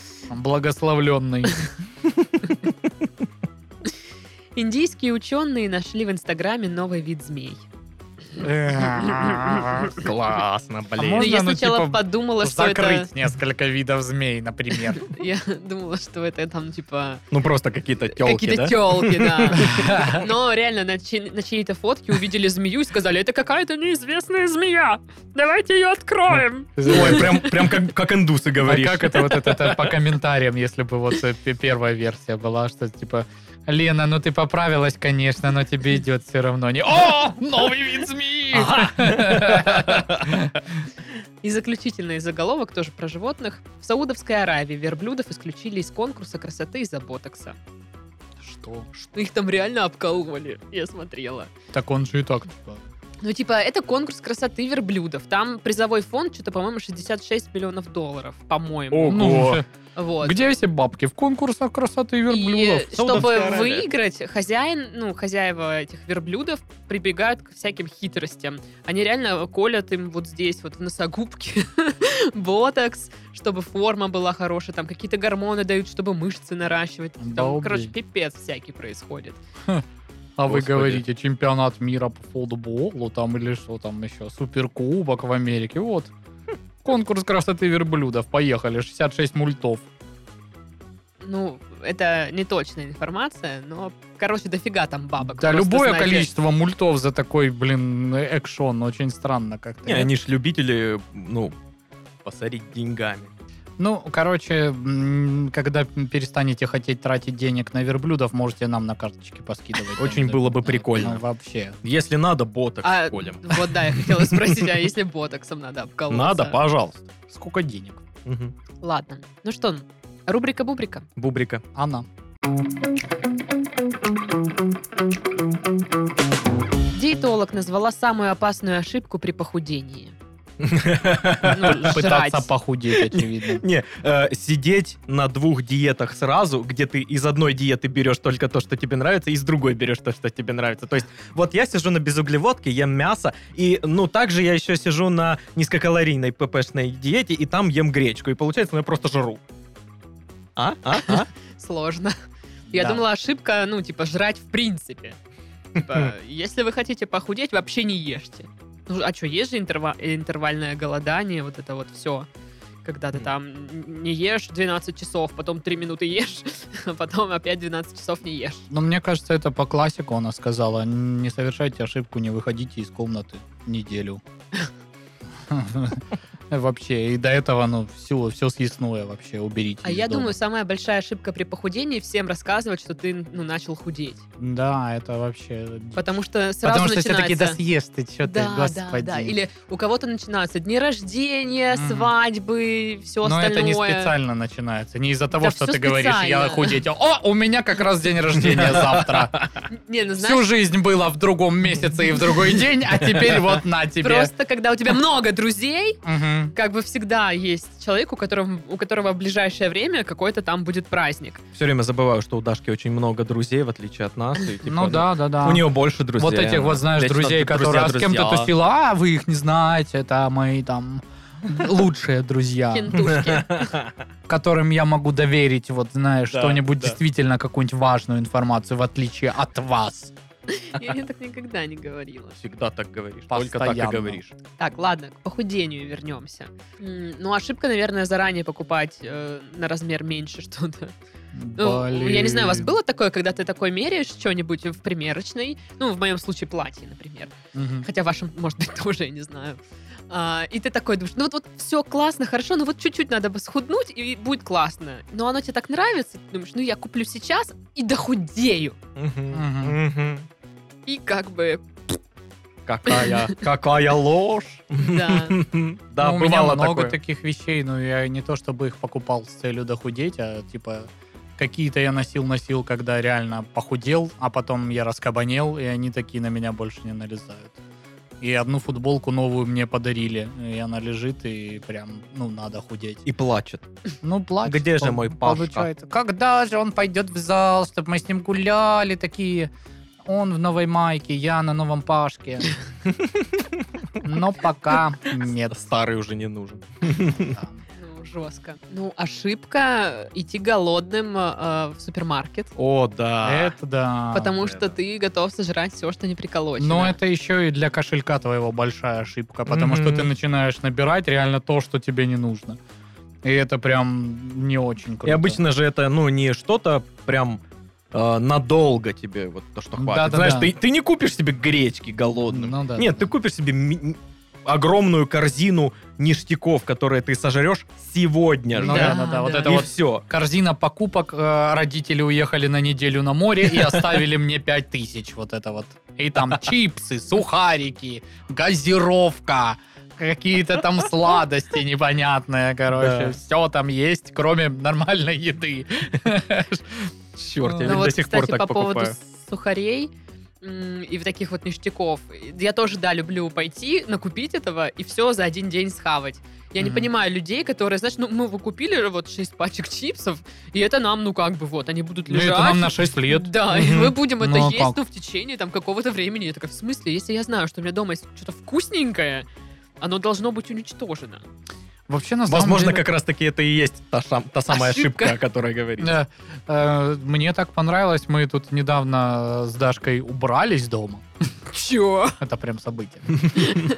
[SPEAKER 2] Благословленный.
[SPEAKER 1] Индийские ученые нашли в Инстаграме новый вид змей.
[SPEAKER 3] Классно,
[SPEAKER 2] А
[SPEAKER 1] Но
[SPEAKER 2] можно,
[SPEAKER 3] блин.
[SPEAKER 1] я
[SPEAKER 2] ну,
[SPEAKER 1] сначала
[SPEAKER 2] типа,
[SPEAKER 1] подумала, что это...
[SPEAKER 2] Закрыть несколько видов змей, например.
[SPEAKER 1] Я думала, что это там, типа,
[SPEAKER 3] Ну просто какие-то телки,
[SPEAKER 1] какие-то
[SPEAKER 3] да?
[SPEAKER 1] телки, да. Но реально на, чьи- на чьей-то фотке увидели змею и сказали, это какая-то неизвестная змея, давайте ее откроем.
[SPEAKER 3] Ой, прям, прям как, как индусы
[SPEAKER 2] А
[SPEAKER 3] говоришь.
[SPEAKER 2] как это вот это это по комментариям, если бы вот э, пе- первая версия была, что типа Лена, ну ты поправилась, конечно, но тебе идет все равно. Не... О, новый вид змеи!
[SPEAKER 1] И заключительный заголовок тоже про животных. В Саудовской Аравии верблюдов исключили из конкурса красоты Ну, из-за ботокса.
[SPEAKER 2] Что?
[SPEAKER 1] Что их там реально обкололи, я смотрела.
[SPEAKER 2] Так он же и так типа.
[SPEAKER 1] Ну, типа, это конкурс красоты верблюдов. Там призовой фонд что-то, по-моему, 66 миллионов долларов, по-моему.
[SPEAKER 3] Ого.
[SPEAKER 2] Ну,
[SPEAKER 1] Вот.
[SPEAKER 2] где все бабки? В конкурсах красоты и верблюдов.
[SPEAKER 1] И
[SPEAKER 3] Саудовская
[SPEAKER 1] чтобы
[SPEAKER 3] Аравия.
[SPEAKER 1] выиграть, хозяин, ну, хозяева этих верблюдов прибегают к всяким хитростям. Они реально колят им вот здесь, вот в носогубке, ботокс, чтобы форма была хорошая, там какие-то гормоны дают, чтобы мышцы наращивать. Там,
[SPEAKER 2] Обалдеть.
[SPEAKER 1] короче, пипец всякий происходит.
[SPEAKER 2] А вы
[SPEAKER 3] Господи.
[SPEAKER 2] говорите, чемпионат мира по футболу там или что там еще, суперкубок в Америке, вот. Конкурс красоты верблюдов, поехали, 66 мультов.
[SPEAKER 1] Ну, это не точная информация, но, короче, дофига там бабок.
[SPEAKER 2] да,
[SPEAKER 1] А, Просто
[SPEAKER 2] любое
[SPEAKER 1] знаете,
[SPEAKER 2] количество мультов за такой, блин, экшон, очень странно как-то.
[SPEAKER 3] Не, они ж любители, ну, посорить деньгами.
[SPEAKER 2] Ну, короче, м, когда перестанете хотеть тратить денег на верблюдов, можете нам на карточке поскидывать.
[SPEAKER 3] Очень
[SPEAKER 2] деньги.
[SPEAKER 3] было бы
[SPEAKER 2] Ну,
[SPEAKER 3] прикольно.
[SPEAKER 2] ну, Вообще.
[SPEAKER 3] Если надо, боток
[SPEAKER 1] А,
[SPEAKER 3] колем.
[SPEAKER 1] вот да, я хотела спросить, а если ботоксом надо обколоться?
[SPEAKER 3] Надо, пожалуйста.
[SPEAKER 2] Сколько денег?
[SPEAKER 3] Мгм.
[SPEAKER 1] Ладно. Ну что, рубрика-бубрика.
[SPEAKER 3] Бубрика.
[SPEAKER 2] Она.
[SPEAKER 1] Диетолог назвала самую опасную ошибку при похудении. Ну,
[SPEAKER 2] Пытаться
[SPEAKER 1] жрать.
[SPEAKER 2] похудеть, очевидно.
[SPEAKER 3] Не, э, сидеть на двух диетах сразу, где ты из одной диеты берешь только то, что тебе нравится, и из другой берешь то, что тебе нравится. То есть, вот я сижу на безуглеводке, ем мясо, и, ну, также я еще сижу на низкокалорийной ППшной диете, и там ем гречку, и получается, ну, я просто жру. А? А? А?
[SPEAKER 1] Сложно. Я
[SPEAKER 2] Да.
[SPEAKER 1] думала, ошибка, ну, типа, жрать в принципе. Типа, если вы хотите похудеть, вообще не ешьте. Ну, а что, есть же интерва- интервальное голодание, вот это вот все. Когда ты
[SPEAKER 3] Мгм.
[SPEAKER 1] там не ешь 12 часов, потом 3 минуты ешь, а потом опять 12 часов не ешь.
[SPEAKER 2] Но мне кажется, это по классику она сказала. Не совершайте ошибку, не выходите из комнаты неделю. Вообще, и до этого, ну, все, все съестное вообще уберите.
[SPEAKER 1] А
[SPEAKER 2] из
[SPEAKER 1] я
[SPEAKER 2] дома.
[SPEAKER 1] думаю, самая большая ошибка при похудении всем рассказывать, что ты ну, начал худеть.
[SPEAKER 2] Да, это вообще...
[SPEAKER 1] Потому что сразу
[SPEAKER 2] Потому что все
[SPEAKER 1] начинается...
[SPEAKER 2] таки да съешь ты, что ты,
[SPEAKER 1] да, да,
[SPEAKER 2] господи.
[SPEAKER 1] да. Или у кого-то начинаются дни рождения,
[SPEAKER 2] Мгм.
[SPEAKER 1] свадьбы, все
[SPEAKER 2] Но
[SPEAKER 1] остальное.
[SPEAKER 2] это не специально начинается, не из-за того,
[SPEAKER 1] Да
[SPEAKER 2] что
[SPEAKER 1] всё
[SPEAKER 2] ты говоришь, я
[SPEAKER 1] специально.
[SPEAKER 2] худеть. О, у меня как раз день рождения завтра.
[SPEAKER 1] Не, ну
[SPEAKER 2] Всю
[SPEAKER 1] знаешь,
[SPEAKER 2] жизнь было в другом месяце и в другой день, а теперь вот на тебе.
[SPEAKER 1] просто когда у тебя много друзей,
[SPEAKER 2] Мгм.
[SPEAKER 1] как бы всегда есть человек, у которого, у которого в ближайшее время какой-то там будет праздник.
[SPEAKER 3] Все время забываю, что у Дашки очень много друзей, в отличие от нас. и, типа,
[SPEAKER 2] Ну да, да, да.
[SPEAKER 3] У нее больше друзей.
[SPEAKER 2] Вот этих вот, знаешь,
[SPEAKER 3] Вечно
[SPEAKER 2] друзей,
[SPEAKER 3] типа друзья,
[SPEAKER 2] которые а с кем-то
[SPEAKER 3] друзья.
[SPEAKER 2] тусила, а вы их не знаете, это мои там лучшие друзья,
[SPEAKER 1] Кентушки.
[SPEAKER 2] которым я могу доверить, вот знаешь,
[SPEAKER 3] Да,
[SPEAKER 2] что-нибудь
[SPEAKER 3] да.
[SPEAKER 2] действительно какую-нибудь важную информацию, в отличие от вас.
[SPEAKER 1] Я так никогда не говорила.
[SPEAKER 3] Всегда так говоришь. Только так
[SPEAKER 2] Постоянно.
[SPEAKER 3] и говоришь.
[SPEAKER 1] Так, ладно, к похудению вернемся. М, Ну, ошибка, наверное, заранее покупать э, на размер меньше что-то. Ну, я не знаю, у вас
[SPEAKER 2] Блин.
[SPEAKER 1] было такое, когда ты такой меряешь что-нибудь в примерочной? Ну, в моем случае платье, например.
[SPEAKER 2] Мгм.
[SPEAKER 1] Хотя в вашем, может быть, тоже, я не знаю. А, и ты такой думаешь, ну вот, вот все классно, хорошо, ну вот чуть-чуть надо бы схуднуть, и будет классно. Но оно тебе так нравится, ты думаешь, ну я куплю сейчас и дохудею.
[SPEAKER 2] Мгм.
[SPEAKER 3] Мгм.
[SPEAKER 1] И как бы,
[SPEAKER 3] Какая, какая ложь.
[SPEAKER 1] да.
[SPEAKER 3] Да,
[SPEAKER 2] Ну, у меня
[SPEAKER 3] бывало
[SPEAKER 2] много
[SPEAKER 3] такое.
[SPEAKER 2] таких вещей, но я не то чтобы их покупал с целью дохудеть, а типа какие-то я носил-носил, когда реально похудел, а потом я раскабанел, и они такие на меня больше не налезают. И одну футболку новую мне подарили, и она лежит, и прям, ну, надо худеть.
[SPEAKER 3] И плачет.
[SPEAKER 2] Ну, плачет.
[SPEAKER 3] Где же
[SPEAKER 2] пол-
[SPEAKER 3] мой Пашка?
[SPEAKER 2] получается. Когда же он пойдет в зал, чтобы мы с ним гуляли такие? Он в новой майке, я на новом Пашке. Но пока нет.
[SPEAKER 3] Старый уже не нужен.
[SPEAKER 2] Да.
[SPEAKER 1] Ну, жестко. Ну, ошибка идти голодным э, в супермаркет,
[SPEAKER 3] О, да.
[SPEAKER 2] Это А, да.
[SPEAKER 1] потому
[SPEAKER 3] это
[SPEAKER 1] что
[SPEAKER 3] да.
[SPEAKER 1] ты готов сожрать все, что не приколочено.
[SPEAKER 2] Но это еще и для кошелька твоего большая ошибка, потому что
[SPEAKER 3] Мгм.
[SPEAKER 2] ты начинаешь набирать реально то, что тебе не нужно. И это прям не очень круто.
[SPEAKER 3] И обычно же это, ну, не что-то прям э, надолго тебе вот то, что хватит.
[SPEAKER 2] Да-да-да.
[SPEAKER 3] Знаешь, ты, ты не купишь себе гречки голодным.
[SPEAKER 2] Ну да,
[SPEAKER 3] Нет,
[SPEAKER 2] да,
[SPEAKER 3] ты купишь себе ми- м- огромную корзину ништяков, которые ты сожрешь сегодня же.
[SPEAKER 2] Ну да, да, да,
[SPEAKER 1] Да,
[SPEAKER 2] вот
[SPEAKER 1] да.
[SPEAKER 2] это
[SPEAKER 3] И
[SPEAKER 2] вот
[SPEAKER 3] все.
[SPEAKER 2] корзина покупок. э, Родители уехали на неделю на море и оставили мне пять тысяч. Вот это вот. И там чипсы, сухарики, газировка, какие-то там сладости непонятные,
[SPEAKER 3] Да.
[SPEAKER 2] короче. Все там есть, кроме нормальной еды.
[SPEAKER 3] Черт,
[SPEAKER 2] Ну
[SPEAKER 3] я
[SPEAKER 1] Ну
[SPEAKER 3] ведь
[SPEAKER 1] вот,
[SPEAKER 3] до сих
[SPEAKER 1] кстати,
[SPEAKER 3] пор так
[SPEAKER 1] по поводу
[SPEAKER 3] покупаю.
[SPEAKER 1] сухарей. м, и в таких вот ништяков. Я тоже, да, люблю пойти, накупить этого и все за один день схавать. Я не
[SPEAKER 2] Мгм.
[SPEAKER 1] понимаю людей, которые, знаешь, ну, мы вы купили вот 6 пачек чипсов, и это нам, ну, как бы, вот, они будут
[SPEAKER 2] Ну, это
[SPEAKER 1] лежать.
[SPEAKER 2] нам на 6 лет.
[SPEAKER 1] Да, и
[SPEAKER 2] Мгм.
[SPEAKER 1] мы будем это
[SPEAKER 2] Ну, а
[SPEAKER 1] есть,
[SPEAKER 2] как?
[SPEAKER 1] ну, в течение там какого-то времени. Я такая, в смысле? Если я знаю, что у меня дома есть что-то вкусненькое, оно должно быть уничтожено.
[SPEAKER 2] Вообще, на самом
[SPEAKER 3] Возможно,
[SPEAKER 2] деле-
[SPEAKER 3] как раз-таки это и есть та, шам- та самая
[SPEAKER 1] Ошибка.
[SPEAKER 3] ошибка, о которой говорит.
[SPEAKER 2] Да. Э, Мне так понравилось, мы тут недавно с Дашкой убрались дома.
[SPEAKER 1] Чё?
[SPEAKER 2] Это прям событие. И в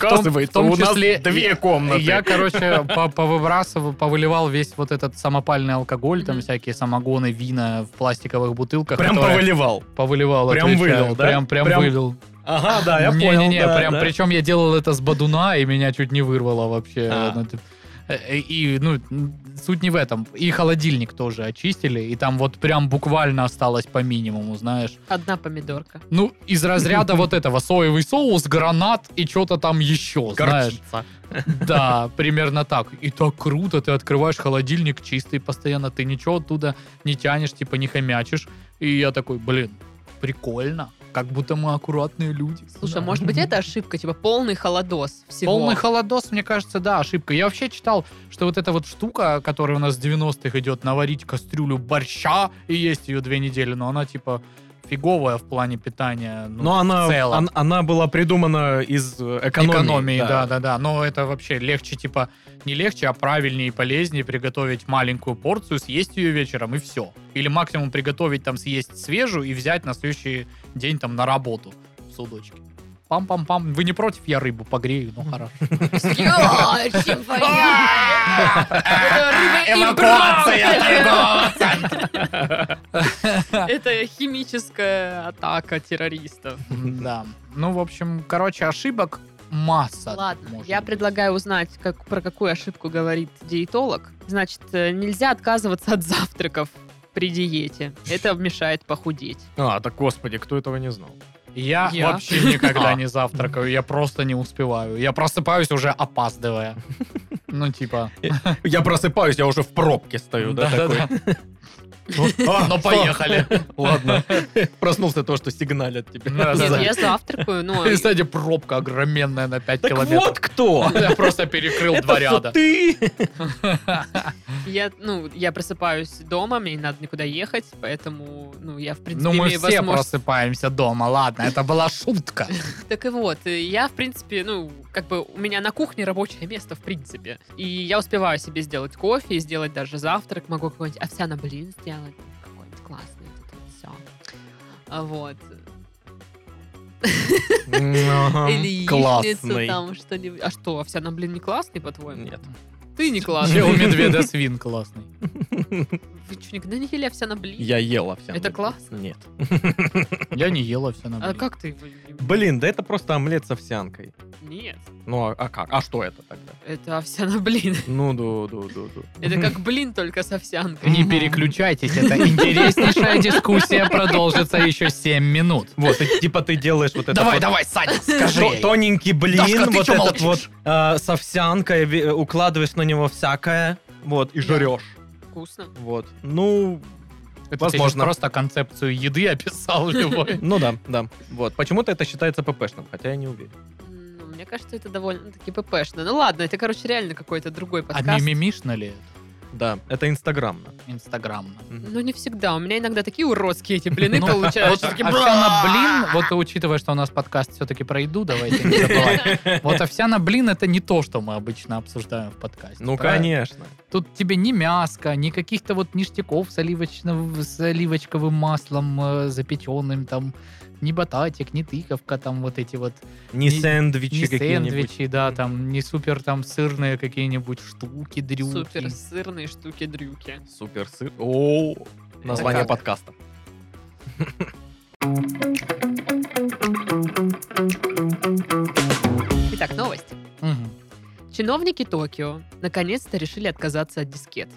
[SPEAKER 2] том-
[SPEAKER 3] Оказывается,
[SPEAKER 2] в том
[SPEAKER 3] у нас
[SPEAKER 2] числе
[SPEAKER 3] две
[SPEAKER 2] я-
[SPEAKER 3] комнаты.
[SPEAKER 2] Я, короче, по- повыбрасывал, повыливал весь вот этот самопальный алкоголь, там
[SPEAKER 1] Мгм.
[SPEAKER 2] всякие самогоны, вина в пластиковых бутылках.
[SPEAKER 3] прям
[SPEAKER 2] которые-
[SPEAKER 3] повыливал.
[SPEAKER 2] повыливал.
[SPEAKER 3] Прям
[SPEAKER 2] отвечаю.
[SPEAKER 3] вылил, да?
[SPEAKER 2] Прям, прям,
[SPEAKER 3] Прям-
[SPEAKER 2] вылил.
[SPEAKER 3] Ага, да, я
[SPEAKER 2] не,
[SPEAKER 3] понял.
[SPEAKER 2] Не, не,
[SPEAKER 3] да,
[SPEAKER 2] прям,
[SPEAKER 3] да.
[SPEAKER 2] причем я делал это с бодуна, и меня чуть не вырвало вообще.
[SPEAKER 3] А.
[SPEAKER 2] Ну, ты- э, И, ну, суть не в этом. И холодильник тоже очистили, и там вот прям буквально осталось по минимуму, знаешь.
[SPEAKER 1] Одна помидорка.
[SPEAKER 2] Ну, из разряда вот этого соевый соус, гранат и что-то там еще, знаешь.
[SPEAKER 3] Горчица.
[SPEAKER 2] Да, примерно так. И так круто, ты открываешь холодильник чистый постоянно, ты ничего оттуда не тянешь, типа не хомячишь. И я такой, блин, прикольно. Как будто мы аккуратные люди.
[SPEAKER 1] Слушай,
[SPEAKER 2] Да.
[SPEAKER 1] может быть, это ошибка, типа полный холодос всего.
[SPEAKER 2] Полный холодос, мне кажется, да, ошибка. Я вообще читал, что вот эта вот штука, которая у нас в 90-х идет, наварить кастрюлю борща и есть ее две недели, но она типа фиговая в плане питания. ну,
[SPEAKER 3] Но она,
[SPEAKER 2] в целом.
[SPEAKER 3] он- она была придумана из э, экономии.
[SPEAKER 2] экономии, да. да, да, Но это вообще легче, типа, не легче, а правильнее и полезнее приготовить маленькую порцию, съесть ее вечером и все. Или максимум приготовить там съесть свежую и взять на следующий день там на работу в судочке. Пам-пам-пам. Вы не против, я рыбу погрею, ну хорошо.
[SPEAKER 1] Ё, чем понятно. Это рыба и брак. Это химическая атака террористов.
[SPEAKER 2] Да. Ну, в общем, короче, ошибок масса.
[SPEAKER 1] Ладно,
[SPEAKER 2] может
[SPEAKER 1] я
[SPEAKER 2] быть.
[SPEAKER 1] предлагаю узнать, как, про какую ошибку говорит диетолог. Значит, э, нельзя отказываться от завтраков при диете. Это мешает похудеть.
[SPEAKER 3] А, так господи, кто этого не знал?
[SPEAKER 2] Я,
[SPEAKER 1] Я.
[SPEAKER 2] вообще никогда не завтракаю, я просто не успеваю. Я просыпаюсь уже опаздывая. Ну, типа...
[SPEAKER 3] Я просыпаюсь, я уже в пробке стою, да, такой.
[SPEAKER 2] да-да-да. А, Ну, поехали.
[SPEAKER 3] Ладно. Проснулся то, что сигналят тебе.
[SPEAKER 2] Да, да,
[SPEAKER 1] Нет,
[SPEAKER 2] да.
[SPEAKER 1] я завтракаю, но...
[SPEAKER 2] И, кстати, пробка огроменная на 5
[SPEAKER 3] Так
[SPEAKER 2] километров.
[SPEAKER 3] вот кто!
[SPEAKER 2] Я просто перекрыл два
[SPEAKER 3] Это всё
[SPEAKER 2] ряда.
[SPEAKER 3] ты!
[SPEAKER 1] Я, ну, я просыпаюсь дома, мне не надо никуда ехать, поэтому, ну, я, в принципе,
[SPEAKER 2] Ну, мы
[SPEAKER 1] имею
[SPEAKER 2] все
[SPEAKER 1] возможность-
[SPEAKER 2] просыпаемся дома, ладно, это была шутка.
[SPEAKER 1] Так и вот, и я, в принципе, ну, как бы у меня на кухне рабочее место, в принципе. И я успеваю себе сделать кофе, сделать даже завтрак, могу какой-нибудь овсяный блин сделать, какой-нибудь классный, все. А Вот. Или
[SPEAKER 3] Ага.
[SPEAKER 1] яичницу
[SPEAKER 3] Классный.
[SPEAKER 1] там что-нибудь. А что, овсяный блин не классный, по-твоему?
[SPEAKER 3] Нет.
[SPEAKER 1] Ты не классный.
[SPEAKER 2] Вообще у медведя свин классный.
[SPEAKER 1] Вы что, никогда не ели овсяный блин?
[SPEAKER 3] Я ел овсяный.
[SPEAKER 1] Это
[SPEAKER 3] блин.
[SPEAKER 1] классно.
[SPEAKER 3] Нет.
[SPEAKER 2] Я не ела все
[SPEAKER 1] А
[SPEAKER 2] на
[SPEAKER 1] как ты? его не-
[SPEAKER 3] Блин, да это просто омлет с овсянкой.
[SPEAKER 1] Нет,
[SPEAKER 3] Ну, а- а как? А что это тогда?
[SPEAKER 1] это овсяный блин.
[SPEAKER 3] Ну, ду-ду-ду-ду.
[SPEAKER 1] Это как блин, только с овсянкой.
[SPEAKER 2] Не переключайтесь, это интереснейшая дискуссия продолжится еще 7 минут.
[SPEAKER 3] Вот, и типа ты делаешь вот это
[SPEAKER 2] давай,
[SPEAKER 3] вот
[SPEAKER 2] давай, Саня, скажи.
[SPEAKER 3] То- тоненький блин,
[SPEAKER 2] Дашка, ты
[SPEAKER 3] вот
[SPEAKER 2] чё
[SPEAKER 3] этот
[SPEAKER 2] молчишь?
[SPEAKER 3] вот э, с овсянкой, ви- э, укладываешь на него всякое, вот, и
[SPEAKER 1] Да.
[SPEAKER 3] жрешь.
[SPEAKER 1] Вкусно.
[SPEAKER 3] Вот. Ну,
[SPEAKER 2] Это ты сейчас
[SPEAKER 3] возможно.
[SPEAKER 2] просто концепцию еды описал любой.
[SPEAKER 3] ну да, да. Вот. Почему-то это считается ППшным, хотя я не уверен.
[SPEAKER 1] Ну, мне кажется, это довольно-таки ППшно. Ну ладно, это, короче, реально какой-то другой
[SPEAKER 2] А
[SPEAKER 1] подкаст.
[SPEAKER 2] мимимишно ли
[SPEAKER 3] Да, это инстаграмно.
[SPEAKER 2] инстаграмно?
[SPEAKER 3] Мгм.
[SPEAKER 1] Ну, не всегда. У меня иногда такие уродские эти блины
[SPEAKER 2] Ну,
[SPEAKER 1] получаются. А
[SPEAKER 2] Вот
[SPEAKER 1] Такие,
[SPEAKER 2] овсяна
[SPEAKER 1] «Бра!»
[SPEAKER 2] блин, вот учитывая, что у нас подкаст все-таки про еду, давайте не забывать. Вот овсяна блин это не то, что мы обычно обсуждаем в подкасте.
[SPEAKER 3] Ну,
[SPEAKER 2] правильно?
[SPEAKER 3] конечно.
[SPEAKER 2] Тут тебе ни мяска, ни каких-то вот ништяков с, оливочным, с оливочковым маслом э, запеченным, там, ни бататик, ни тыковка, там вот эти вот,
[SPEAKER 3] Не
[SPEAKER 2] Не-
[SPEAKER 3] сэндвичи
[SPEAKER 2] ни
[SPEAKER 3] какие-нибудь.
[SPEAKER 2] сэндвичи, да, там, не супер там сырные какие-нибудь штуки, дрюки.
[SPEAKER 1] Супер сырные штуки-дрюки.
[SPEAKER 3] Супер сыр. О, название
[SPEAKER 2] как?
[SPEAKER 3] подкаста.
[SPEAKER 1] Итак, новость.
[SPEAKER 2] Мгм.
[SPEAKER 1] Чиновники Токио наконец-то решили отказаться от дискет.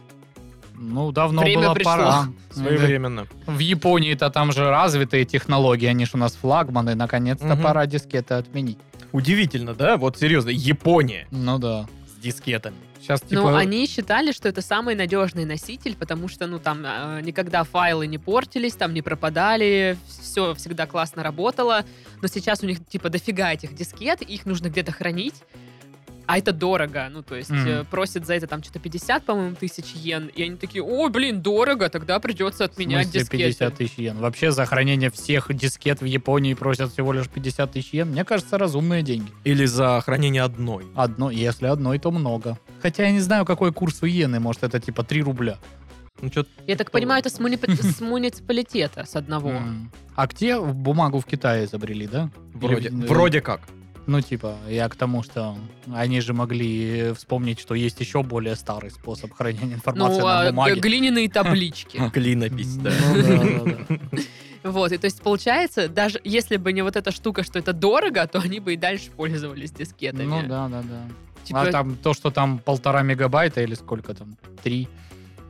[SPEAKER 2] Ну, давно
[SPEAKER 1] Время
[SPEAKER 2] было
[SPEAKER 1] пришло.
[SPEAKER 2] пора. Да.
[SPEAKER 3] Своевременно.
[SPEAKER 2] В Японии-то там же развитые технологии, они же у нас флагманы, наконец-то
[SPEAKER 3] Мгм.
[SPEAKER 2] пора дискеты отменить.
[SPEAKER 3] Удивительно, да? Вот серьезно, Япония
[SPEAKER 2] Ну да.
[SPEAKER 3] с дискетами.
[SPEAKER 2] Сейчас
[SPEAKER 1] Ну,
[SPEAKER 2] типа...
[SPEAKER 1] они считали, что это самый надежный носитель, потому что, ну, там э, никогда файлы не портились, там не пропадали, все всегда классно работало. Но сейчас у них, типа, дофига этих дискет, их нужно где-то хранить. А это дорого, ну, то есть
[SPEAKER 2] Мгм.
[SPEAKER 1] э, просят за это там что-то 50, по-моему, тысяч йен. И они такие, ой, блин, дорого, тогда придется
[SPEAKER 2] в смысле
[SPEAKER 1] отменять дискеты.
[SPEAKER 2] 50 тысяч йен. Вообще за хранение всех дискет в Японии просят всего лишь 50 тысяч йен. Мне кажется, разумные деньги.
[SPEAKER 3] Или за хранение одной.
[SPEAKER 2] Одно, если одной, то много. Хотя я не знаю, какой курс у иены. Может, это типа 3 рубля.
[SPEAKER 3] Ну, чё-
[SPEAKER 1] Я так понимаю, это с, муни- с муниципалитета, с одного.
[SPEAKER 2] М. А где бумагу в Китае изобрели, да?
[SPEAKER 3] вроде,
[SPEAKER 2] Или-
[SPEAKER 3] вроде как.
[SPEAKER 2] Ну, типа, я к тому, что они же могли вспомнить, что есть еще более старый способ хранения информации
[SPEAKER 1] Ну,
[SPEAKER 2] на
[SPEAKER 1] а, г-
[SPEAKER 2] бумаге.
[SPEAKER 1] глиняные таблички.
[SPEAKER 3] Клинопись, да.
[SPEAKER 2] Ну, да, да, да.
[SPEAKER 1] Вот, и то есть получается, даже если бы не вот эта штука, что это дорого, то они бы и дальше пользовались дискетами.
[SPEAKER 2] Ну, да, да, да.
[SPEAKER 1] Типа,
[SPEAKER 2] А там то, что там полтора мегабайта или сколько там, три.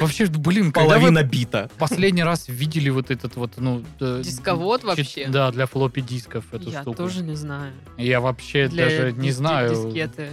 [SPEAKER 2] Вообще, блин, когда вы
[SPEAKER 3] Половина бита.
[SPEAKER 2] последний раз видели вот этот вот, ну... э,
[SPEAKER 1] Дисковод
[SPEAKER 2] чит-
[SPEAKER 1] вообще?
[SPEAKER 2] Да, для флоппи дисков эту
[SPEAKER 1] я
[SPEAKER 2] штуку.
[SPEAKER 1] тоже не знаю.
[SPEAKER 2] Я вообще
[SPEAKER 1] Для
[SPEAKER 2] даже
[SPEAKER 1] дис-
[SPEAKER 2] не
[SPEAKER 1] дис-
[SPEAKER 2] знаю.
[SPEAKER 1] Дискеты.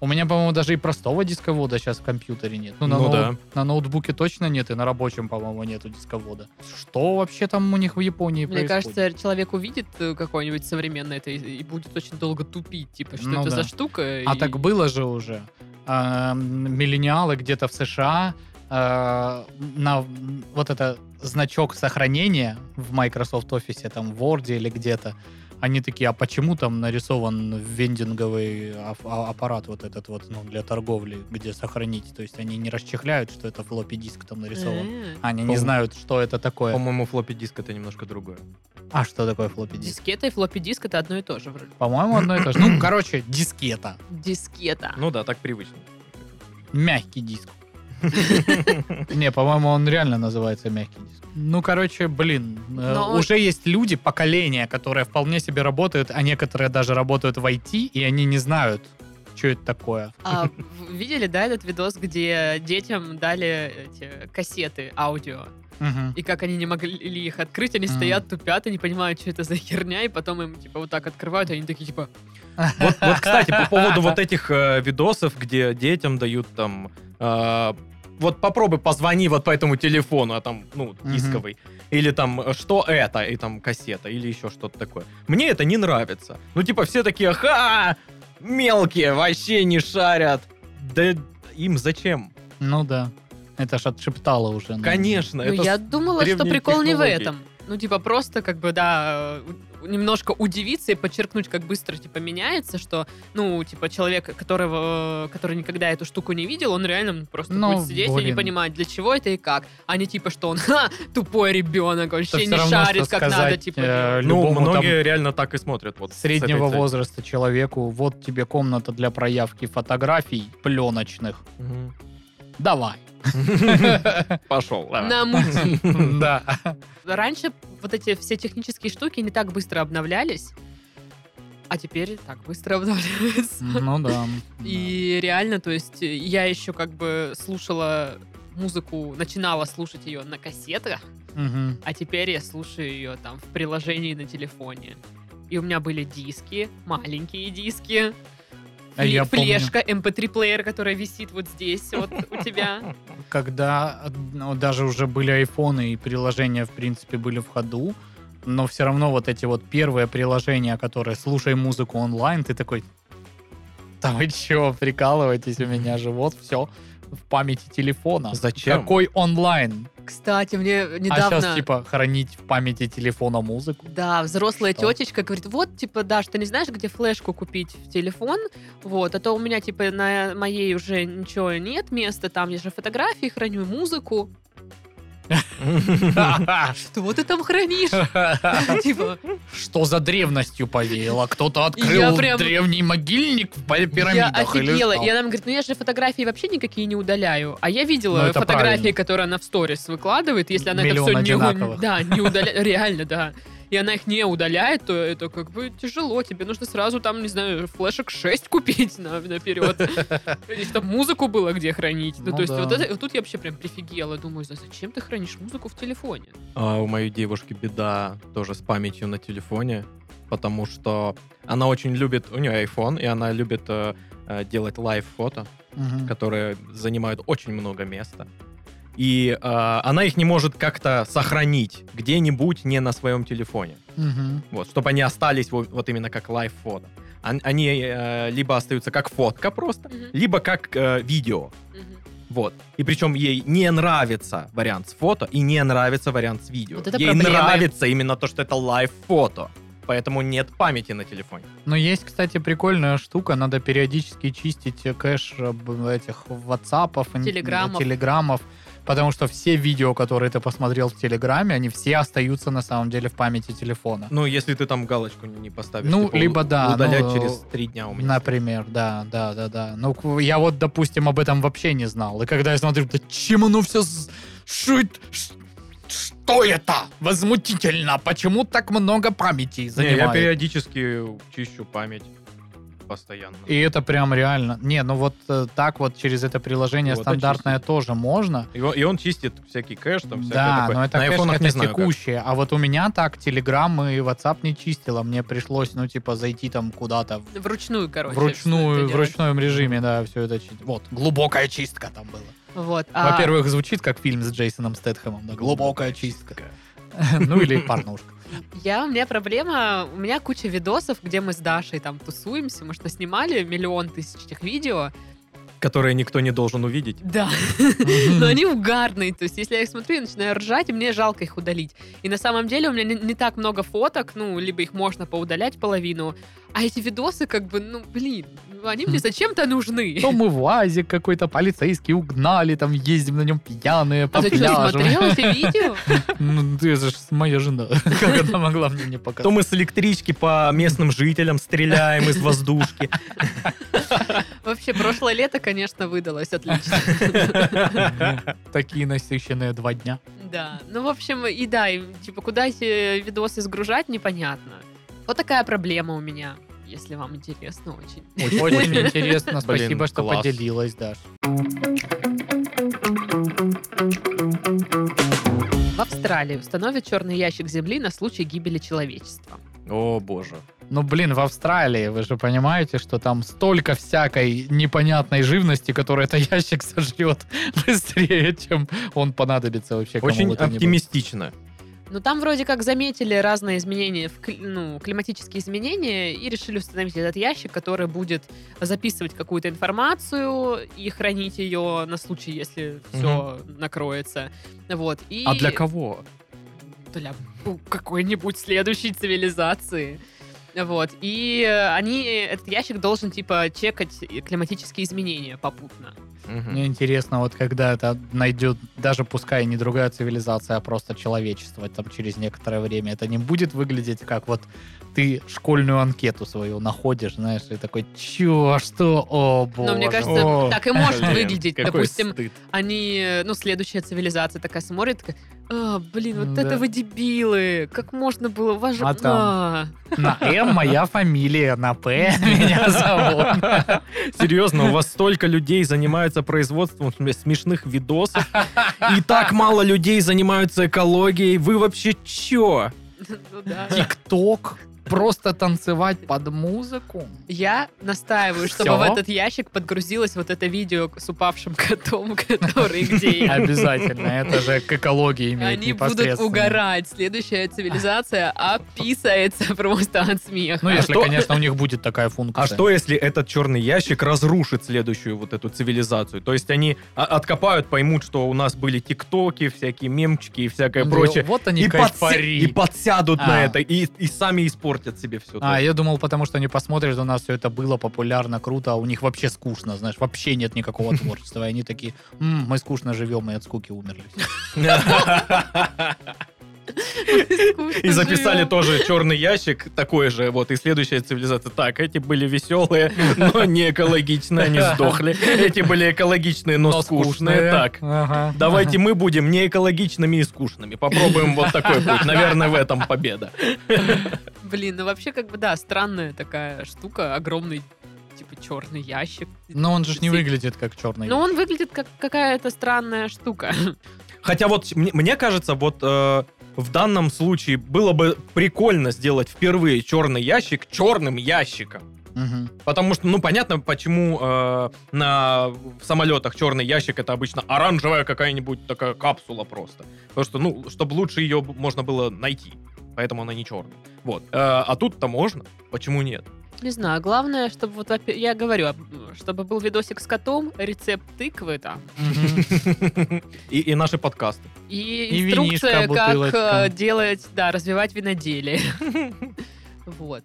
[SPEAKER 2] У меня, по-моему, даже и простого дисковода сейчас в компьютере нет. Ну, на,
[SPEAKER 3] Ну
[SPEAKER 2] ноут-
[SPEAKER 3] да.
[SPEAKER 2] на ноутбуке точно нет, и на рабочем, по-моему, нету дисковода. Что вообще там у них в Японии
[SPEAKER 1] Мне
[SPEAKER 2] происходит?
[SPEAKER 1] кажется, человек увидит э, какое-нибудь современное это и, и будет очень долго тупить, типа, что
[SPEAKER 2] Ну
[SPEAKER 1] это
[SPEAKER 2] да.
[SPEAKER 1] за штука.
[SPEAKER 2] А
[SPEAKER 1] и-
[SPEAKER 2] так было же уже. А, м, Миллениалы где-то в США а, на м, вот это значок сохранения в Microsoft Office, там в Word или где-то, они такие, а почему там нарисован вендинговый аф- а- аппарат вот этот вот ну, для торговли, где сохранить? То есть они не расчехляют, что это флоппи диск там нарисован.
[SPEAKER 1] Э,
[SPEAKER 2] Они не
[SPEAKER 3] По-моему.
[SPEAKER 2] знают, что это такое.
[SPEAKER 3] По-моему, флоппи диск это немножко другое.
[SPEAKER 2] А что такое флоппи диск?
[SPEAKER 1] Дискета и флоппи диск это одно и то же вроде.
[SPEAKER 2] По-моему, одно и то же. Ну, короче, дискета.
[SPEAKER 1] Дискета.
[SPEAKER 3] Ну да, так привычно.
[SPEAKER 2] Мягкий диск. Не, по-моему, он реально называется мягкий диск. Ну, короче, блин, э,
[SPEAKER 1] Но-
[SPEAKER 2] уже есть люди, поколения, которые вполне себе работают, а некоторые даже работают в IT, и они не знают, что это такое.
[SPEAKER 1] А, в- видели, да, этот видос, где детям дали эти кассеты аудио? И как они не могли их открыть, они
[SPEAKER 2] Мгм.
[SPEAKER 1] стоят, тупят и не понимают, что это за херня, и потом им, типа, вот так открывают, и они такие, типа,
[SPEAKER 3] Вот, вот, кстати, по поводу вот этих э, видосов, где детям дают там... э, вот попробуй позвони вот по этому телефону, а там, ну,
[SPEAKER 2] Мгм.
[SPEAKER 3] дисковый. Или там, э, что это, и там кассета, или еще что-то такое. Мне это не нравится. Ну, типа, все такие, ха, мелкие, вообще не шарят. Да им зачем?
[SPEAKER 2] Ну да. Это ж отшептало уже. ну.
[SPEAKER 3] Конечно,
[SPEAKER 1] ну,
[SPEAKER 3] это...
[SPEAKER 1] я
[SPEAKER 3] с-
[SPEAKER 1] думала, что
[SPEAKER 3] древние
[SPEAKER 1] прикол не в
[SPEAKER 3] технологии.
[SPEAKER 1] этом. Ну, типа, просто, как бы, да, э, немножко удивиться и подчеркнуть, как быстро, типа, меняется, что, ну, типа, человек, которого, э, который никогда эту штуку не видел, он реально ну, просто
[SPEAKER 2] Ну,
[SPEAKER 1] будет сидеть и не
[SPEAKER 2] блин.
[SPEAKER 1] понимает, для чего это и как. А не типа, что он, ха, тупой ребенок,
[SPEAKER 2] Это
[SPEAKER 1] вообще
[SPEAKER 2] всё
[SPEAKER 1] не
[SPEAKER 2] равно,
[SPEAKER 1] шарит,
[SPEAKER 2] что
[SPEAKER 1] как
[SPEAKER 2] сказать,
[SPEAKER 1] надо, типа.
[SPEAKER 2] э,
[SPEAKER 1] делать.
[SPEAKER 3] Ну,
[SPEAKER 2] любому там
[SPEAKER 3] многие реально так и смотрят. Вот, с этой
[SPEAKER 2] среднего
[SPEAKER 3] целью.
[SPEAKER 2] возраста человеку, вот тебе комната для проявки фотографий пленочных.
[SPEAKER 3] Мгм.
[SPEAKER 2] Давай.
[SPEAKER 3] Пошел. давай.
[SPEAKER 1] Намути.
[SPEAKER 2] Да.
[SPEAKER 1] Раньше вот эти все технические штуки не так быстро обновлялись, а теперь так быстро обновляются.
[SPEAKER 2] Ну да.
[SPEAKER 1] И реально, то есть э, я еще как бы слушала музыку, начинала слушать ее на кассетах,
[SPEAKER 2] Мгм.
[SPEAKER 1] а теперь я слушаю ее там в приложении на телефоне. И у меня были диски, маленькие диски,
[SPEAKER 2] А я
[SPEAKER 1] фле-
[SPEAKER 2] помню.
[SPEAKER 1] флешка, эм mp3-плеер, которая висит вот здесь вот у тебя.
[SPEAKER 2] когда ну, даже уже были айфоны и приложения, в принципе, были в ходу, но все равно вот эти вот первые приложения, которые «слушай музыку онлайн», ты такой, да вы чё, прикалываетесь, у меня же вот все в памяти телефона.
[SPEAKER 3] Зачем?
[SPEAKER 2] Какой онлайн?
[SPEAKER 1] Кстати, мне
[SPEAKER 2] А
[SPEAKER 1] недавно...
[SPEAKER 2] сейчас, типа, хранить в памяти телефона музыку?
[SPEAKER 1] Да, взрослая
[SPEAKER 2] Что?
[SPEAKER 1] тетечка говорит, вот, типа, да, что не знаешь, где флешку купить в телефон, вот, а то у меня, типа, на моей уже ничего нет места, там я же фотографии храню, и музыку. Что ты там хранишь? Типа,
[SPEAKER 2] Что за древностью повеяло? Кто-то
[SPEAKER 1] Я
[SPEAKER 2] открыл
[SPEAKER 1] прям-
[SPEAKER 2] древний могильник в пирамидах
[SPEAKER 1] я
[SPEAKER 2] или
[SPEAKER 1] офигела.
[SPEAKER 2] что?
[SPEAKER 1] И она мне говорит, ну я же фотографии вообще никакие не удаляю. А я
[SPEAKER 2] Ну,
[SPEAKER 1] видела
[SPEAKER 2] это
[SPEAKER 1] фотографии,
[SPEAKER 2] правильно.
[SPEAKER 1] которые она в сторис выкладывает, если она
[SPEAKER 2] Миллион
[SPEAKER 1] это все не,
[SPEAKER 2] одинаковых.
[SPEAKER 1] да, не удаляет. Реально, да. И она их не удаляет, то это как бы тяжело. Тебе нужно сразу там, не знаю, флешек 6 купить на- наперед. Если там музыку было где хранить. Ну,
[SPEAKER 2] Ну
[SPEAKER 1] то есть
[SPEAKER 2] да.
[SPEAKER 1] вот это- вот тут я вообще прям прифигела. Думаю, «Да зачем ты хранишь музыку в телефоне?
[SPEAKER 3] А у моей девушки беда тоже с памятью на телефоне. потому что она очень любит, у нее iPhone, и она любит э, э, делать лайв-фото,
[SPEAKER 2] Мгм.
[SPEAKER 3] которые занимают очень много места. И э, она их не может как-то сохранить где-нибудь не на своем телефоне.
[SPEAKER 2] Мгм.
[SPEAKER 3] Вот, чтобы они остались вот, вот именно как лайв-фото. Ан- Они э, либо остаются как фотка просто,
[SPEAKER 1] Мгм,
[SPEAKER 3] либо как э, видео.
[SPEAKER 1] мгм.
[SPEAKER 3] Вот. И причем ей не нравится вариант с фото и не нравится вариант с видео.
[SPEAKER 1] Вот это
[SPEAKER 3] ей
[SPEAKER 1] проблема.
[SPEAKER 3] нравится именно то, что это лайв-фото. Поэтому нет памяти на телефоне.
[SPEAKER 2] Ну, есть, кстати, прикольная штука. Надо периодически чистить э, кэш э, б- этих ватсапов, ин-
[SPEAKER 1] Телеграммов.
[SPEAKER 2] телеграммов, потому что все видео, которые ты посмотрел в Телеграме, они все остаются на самом деле в памяти телефона.
[SPEAKER 3] Ну, если ты там галочку не не поставишь.
[SPEAKER 2] Ну,
[SPEAKER 3] типа,
[SPEAKER 2] либо
[SPEAKER 3] у-
[SPEAKER 2] да,
[SPEAKER 3] Удалять
[SPEAKER 2] ну,
[SPEAKER 3] через три дня у меня.
[SPEAKER 2] Например, да, да, да, да. Ну, к- я вот, допустим, об этом вообще не знал. И когда я смотрю, да чем оно все... Что это? Ш- Что это? Возмутительно! Почему так много памяти
[SPEAKER 3] Не, я
[SPEAKER 2] занимает?
[SPEAKER 3] периодически чищу память постоянно.
[SPEAKER 2] И это прям реально. Не, ну вот э, так вот через это приложение
[SPEAKER 3] Вот,
[SPEAKER 2] стандартное тоже можно.
[SPEAKER 3] И он, и он чистит всякий кэш, там всякое
[SPEAKER 2] да,
[SPEAKER 3] такое.
[SPEAKER 2] но это,
[SPEAKER 3] На
[SPEAKER 2] конечно,
[SPEAKER 3] айфонах
[SPEAKER 2] это
[SPEAKER 3] не знаю, как.
[SPEAKER 2] текущее. А вот у меня так Telegram и WhatsApp не чистило. Мне пришлось, ну, типа, зайти там куда-то в-
[SPEAKER 1] Вручную, короче. всё
[SPEAKER 2] вручную,
[SPEAKER 1] это
[SPEAKER 2] в ручном режиме, да, все это чистить. Вот, глубокая чистка там была.
[SPEAKER 1] делать. Вот. а-
[SPEAKER 2] Во-первых, звучит как фильм с Джейсоном Стэтхэмом, да, глубокая чистка. Ну, или порнушка.
[SPEAKER 1] Я, у меня проблема, у меня куча видосов, где мы с Дашей там тусуемся, мы что снимали миллион тысяч этих видео.
[SPEAKER 3] Которые никто не должен увидеть.
[SPEAKER 1] Да, но Ну, они угарные, то есть если я их смотрю, я начинаю ржать, и мне жалко их удалить. И на самом деле у меня не, не так много фоток, ну, либо их можно поудалять половину, а эти видосы как бы, ну, блин, ну, они мне зачем-то нужны.
[SPEAKER 2] То мы в УАЗик какой-то полицейский угнали, там ездим на нем пьяные по
[SPEAKER 1] А ты что,
[SPEAKER 2] пляжам.
[SPEAKER 1] смотрел эти видео?
[SPEAKER 2] Ну, ты же ж моя жена. Как она могла мне не
[SPEAKER 3] То
[SPEAKER 2] показать?
[SPEAKER 3] мы с электрички по местным жителям стреляем из воздушки.
[SPEAKER 1] Вообще, прошлое лето, конечно, выдалось отлично.
[SPEAKER 2] Ну, Такие насыщенные два дня.
[SPEAKER 1] Да, ну, в общем, и да, и, типа, куда эти видосы сгружать, непонятно. Вот такая проблема у меня, если вам интересно очень.
[SPEAKER 2] Очень, очень интересно.
[SPEAKER 3] Блин,
[SPEAKER 2] Спасибо, что
[SPEAKER 3] класс.
[SPEAKER 2] поделилась, Даш.
[SPEAKER 1] В Австралии установят черный ящик Земли на случай гибели человечества.
[SPEAKER 3] О, боже.
[SPEAKER 2] Ну, блин, в Австралии, вы же понимаете, что там столько всякой непонятной живности, которую этот ящик сожрет быстрее, чем он понадобится вообще
[SPEAKER 3] Очень
[SPEAKER 2] кому
[SPEAKER 3] оптимистично.
[SPEAKER 1] Но Ну, там вроде как заметили разные изменения, в кли- ну, климатические изменения, и решили установить этот ящик, который будет записывать какую-то информацию и хранить ее на случай, если все накроется. Вот. И...
[SPEAKER 3] А для кого?
[SPEAKER 1] для ну, какой-нибудь следующей цивилизации. Вот. И э, они, этот ящик должен, типа, чекать и климатические изменения попутно.
[SPEAKER 2] Мне интересно, вот когда это найдет, даже пускай не другая цивилизация, а просто человечество, там через некоторое время, это не будет выглядеть как вот ты школьную анкету свою находишь, знаешь, и такой, чё, что, о, боже.
[SPEAKER 1] Но Ну, мне кажется,
[SPEAKER 2] о».
[SPEAKER 1] так и может
[SPEAKER 3] Блин,
[SPEAKER 1] выглядеть.
[SPEAKER 3] какой
[SPEAKER 1] Допустим,
[SPEAKER 3] стыд.
[SPEAKER 1] они, э, ну, следующая цивилизация такая смотрит, такая, «А, блин, вот
[SPEAKER 2] Ну Да.
[SPEAKER 1] это вы дебилы! Как можно было вас же-
[SPEAKER 2] А там?
[SPEAKER 1] А».
[SPEAKER 2] На М моя фамилия, на П меня зовут.
[SPEAKER 3] Серьезно, у вас столько людей занимаются производством см- смешных видосов, и так мало людей занимаются экологией. Вы вообще чё?
[SPEAKER 1] Ну да.
[SPEAKER 2] ТикТок, просто танцевать под музыку.
[SPEAKER 1] Я настаиваю, чтобы
[SPEAKER 2] Всё.
[SPEAKER 1] в этот ящик подгрузилось вот это видео с упавшим котом, который где я.
[SPEAKER 2] Обязательно, это же к экологии имеет
[SPEAKER 1] Они будут
[SPEAKER 2] непосредственно.
[SPEAKER 1] угорать. Следующая цивилизация описается просто от смеха.
[SPEAKER 2] Ну, если,
[SPEAKER 3] что-
[SPEAKER 2] конечно, у них будет такая функция. Ну,
[SPEAKER 3] А что, если этот черный ящик разрушит следующую вот эту цивилизацию? То есть они а, откопают, поймут, что у нас были тиктоки, всякие мемчики и всякое
[SPEAKER 2] Андрей,
[SPEAKER 3] прочее.
[SPEAKER 2] Вот они
[SPEAKER 3] подсе-
[SPEAKER 2] кайфари.
[SPEAKER 3] и подсядут на
[SPEAKER 2] А.
[SPEAKER 3] это, и, и сами испортят себе все.
[SPEAKER 2] А, я думал, потому что они посмотрят, у нас все это было популярно, круто, а у них вообще скучно, знаешь, вообще нет никакого творчества. И они такие, «М, мы скучно живем и от скуки умерли.
[SPEAKER 1] Скучно
[SPEAKER 3] И записали
[SPEAKER 1] живём.
[SPEAKER 3] тоже черный ящик, такой же, вот, и следующая цивилизация. Так, эти были веселые, но не экологичные, они сдохли. Эти были экологичные,
[SPEAKER 2] Ну,
[SPEAKER 3] но
[SPEAKER 1] э.
[SPEAKER 3] скучные. Так,
[SPEAKER 2] Ага.
[SPEAKER 3] давайте мы будем не экологичными и скучными. Попробуем вот такой путь. Наверное, в этом победа.
[SPEAKER 1] Блин, ну вообще как бы да, странная такая штука, огромный типа черный ящик.
[SPEAKER 2] Но он же ж не выглядит как черный.
[SPEAKER 1] Но он выглядит как какая-то странная штука.
[SPEAKER 3] Хотя вот мне, мне кажется, вот э, в данном случае было бы прикольно сделать впервые черный ящик черным ящиком.
[SPEAKER 2] Мгм.
[SPEAKER 3] Потому что, ну, понятно, почему э, на в самолетах черный ящик это обычно оранжевая какая-нибудь такая капсула просто. Потому что, ну, чтобы лучше ее б- можно было найти. Поэтому она не черная. Вот. Э, а тут-то можно. Почему нет?
[SPEAKER 1] Не знаю, главное, чтобы вот опе- я говорю, об- чтобы был видосик с котом, рецепт тыквы там
[SPEAKER 2] Мгм.
[SPEAKER 3] И, и наши подкасты.
[SPEAKER 1] и
[SPEAKER 2] И
[SPEAKER 1] инструкция,
[SPEAKER 2] винишко,
[SPEAKER 1] как
[SPEAKER 2] бутылочка.
[SPEAKER 1] э, делать, да, развивать виноделие. Вот.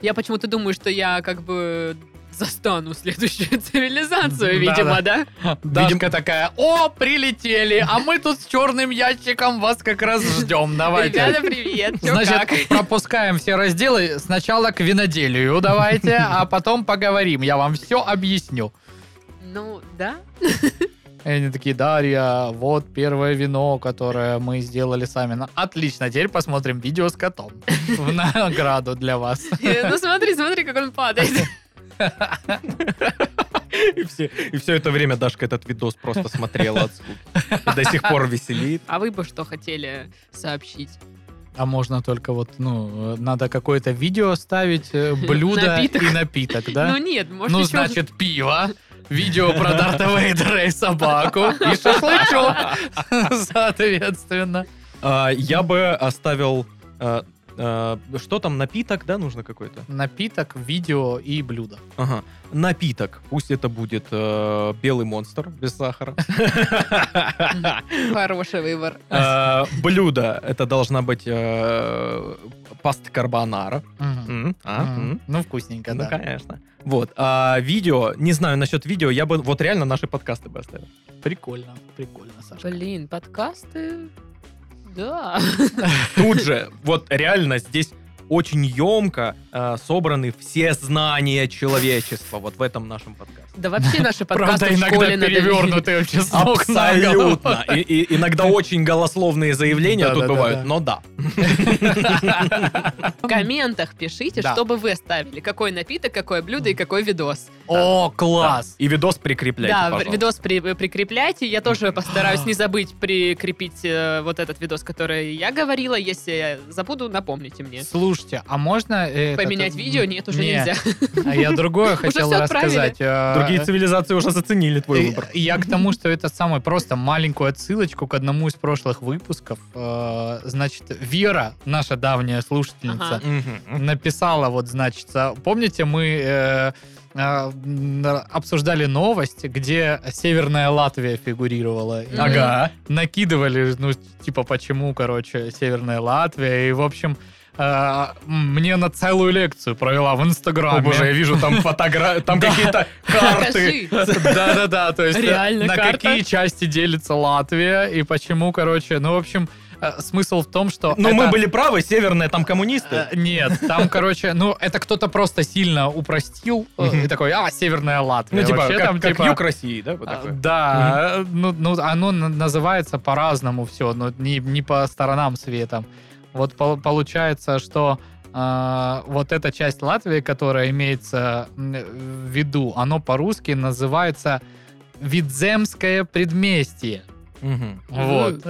[SPEAKER 1] Я почему-то думаю, что я как бы застану следующую цивилизацию, видимо, да?
[SPEAKER 2] Дашка такая, о, прилетели, а мы тут с черным ящиком вас как раз ждем, давайте.
[SPEAKER 1] Ребята, привет. Чё как?
[SPEAKER 2] Значит, пропускаем все разделы. Сначала к виноделию давайте, а потом поговорим. Я вам все объясню.
[SPEAKER 1] Ну, да.
[SPEAKER 2] И они такие, Дарья, вот первое вино, которое мы сделали сами. Ну, отлично, теперь посмотрим видео с котом. В награду для вас.
[SPEAKER 1] Ну, смотри, смотри, как он падает.
[SPEAKER 3] И все, и все это время Дашка этот видос просто смотрела от скуки. И До сих пор веселит.
[SPEAKER 1] А вы бы что хотели сообщить?
[SPEAKER 2] А можно только вот, ну, э, надо какое-то видео ставить, э, блюдо
[SPEAKER 1] Напиток.
[SPEAKER 2] и напиток,
[SPEAKER 1] Ну,
[SPEAKER 2] да?
[SPEAKER 1] нет, может,
[SPEAKER 2] Ну,
[SPEAKER 1] ещё-
[SPEAKER 2] значит, пиво, видео про Дарта Вейдера и собаку, и шашлычок, соответственно.
[SPEAKER 3] А, я бы оставил... а, а, что там, напиток, да, нужно какой-то?
[SPEAKER 2] Напиток, видео и блюдо.
[SPEAKER 3] Ага. Напиток. Пусть это будет э, белый монстр без сахара.
[SPEAKER 1] Хороший выбор.
[SPEAKER 2] а.
[SPEAKER 3] Э, Блюдо. Это должна быть э, паста карбонара.
[SPEAKER 2] Мгм.
[SPEAKER 3] М, а,
[SPEAKER 2] Мгм.
[SPEAKER 3] м.
[SPEAKER 2] Ну, вкусненько,
[SPEAKER 3] Ну,
[SPEAKER 2] да.
[SPEAKER 3] конечно. Вот. А Видео. Не знаю насчет видео. Я бы вот реально наши подкасты бы оставил.
[SPEAKER 2] Прикольно, прикольно, Саша.
[SPEAKER 1] Блин, подкасты... Да.
[SPEAKER 3] Тут же, вот реально здесь очень емко э, собраны все знания человечества вот в этом нашем подкасте.
[SPEAKER 1] Да вообще наши подкасты
[SPEAKER 2] Правда,
[SPEAKER 1] в
[SPEAKER 2] иногда
[SPEAKER 1] школе надо
[SPEAKER 2] перевернутый вообще с ног на голову.
[SPEAKER 3] Абсолютно. И, и иногда очень голословные заявления
[SPEAKER 2] Да,
[SPEAKER 3] тут
[SPEAKER 2] да, да,
[SPEAKER 3] бывают,
[SPEAKER 2] да.
[SPEAKER 3] но да.
[SPEAKER 1] видеть. В комментах пишите,
[SPEAKER 2] Да.
[SPEAKER 1] что бы вы оставили. Какой напиток, какое блюдо и какой видос.
[SPEAKER 2] О, класс!
[SPEAKER 3] И видос прикрепляйте,
[SPEAKER 1] да, в-
[SPEAKER 3] пожалуйста.
[SPEAKER 1] видос при- прикрепляйте. Я тоже постараюсь не забыть прикрепить э, вот этот видос, который я говорила. Если я забуду, напомните мне.
[SPEAKER 2] Слушайте, а можно... э, этот-
[SPEAKER 1] Поменять видео? Нет, уже
[SPEAKER 2] Не,
[SPEAKER 1] нельзя.
[SPEAKER 2] А я другое хотел
[SPEAKER 1] всё отправили.
[SPEAKER 2] рассказать. Э,
[SPEAKER 3] Другие цивилизации уже заценили твой
[SPEAKER 2] э,
[SPEAKER 3] выбор.
[SPEAKER 2] Я к тому, что это самое просто маленькую отсылочку к одному из прошлых выпусков. Э, Значит, Вера, наша давняя
[SPEAKER 1] Ага.
[SPEAKER 2] слушательница,
[SPEAKER 3] Мгм.
[SPEAKER 2] написала вот, значит, а, помните, мы э, э, м, обсуждали новость, где Северная Латвия фигурировала. И
[SPEAKER 3] Ага.
[SPEAKER 2] накидывали, ну, типа, почему, короче, Северная Латвия. И, в общем, э, мне на целую лекцию провела в Инстаграме.
[SPEAKER 3] О боже, я вижу там фотографии, там какие-то карты.
[SPEAKER 1] Покажи.
[SPEAKER 2] Да-да-да, то есть э,
[SPEAKER 1] Реально
[SPEAKER 2] на
[SPEAKER 1] карта.
[SPEAKER 2] какие части делится Латвия и почему, короче, ну, в общем, э, смысл в том, что...
[SPEAKER 3] Но
[SPEAKER 2] это-
[SPEAKER 3] Ну, мы были правы, северные там коммунисты.
[SPEAKER 2] Э, Нет, там, короче, ну, это кто-то просто сильно упростил э, и
[SPEAKER 3] Мгм.
[SPEAKER 2] такой, а, Северная Латвия.
[SPEAKER 3] Ну, типа,
[SPEAKER 2] Вообще
[SPEAKER 3] как
[SPEAKER 2] там,
[SPEAKER 3] как
[SPEAKER 2] типа,
[SPEAKER 3] юг России, да? вот
[SPEAKER 2] а,
[SPEAKER 3] такое?
[SPEAKER 2] Да, э, ну, ну, оно на- называется по-разному все, но не, не по сторонам света. Вот пол- получается, что э, вот эта часть Латвии, которая имеется м, э, в виду, оно по-русски называется Видземское предместье.
[SPEAKER 3] Мгм.
[SPEAKER 2] Вот.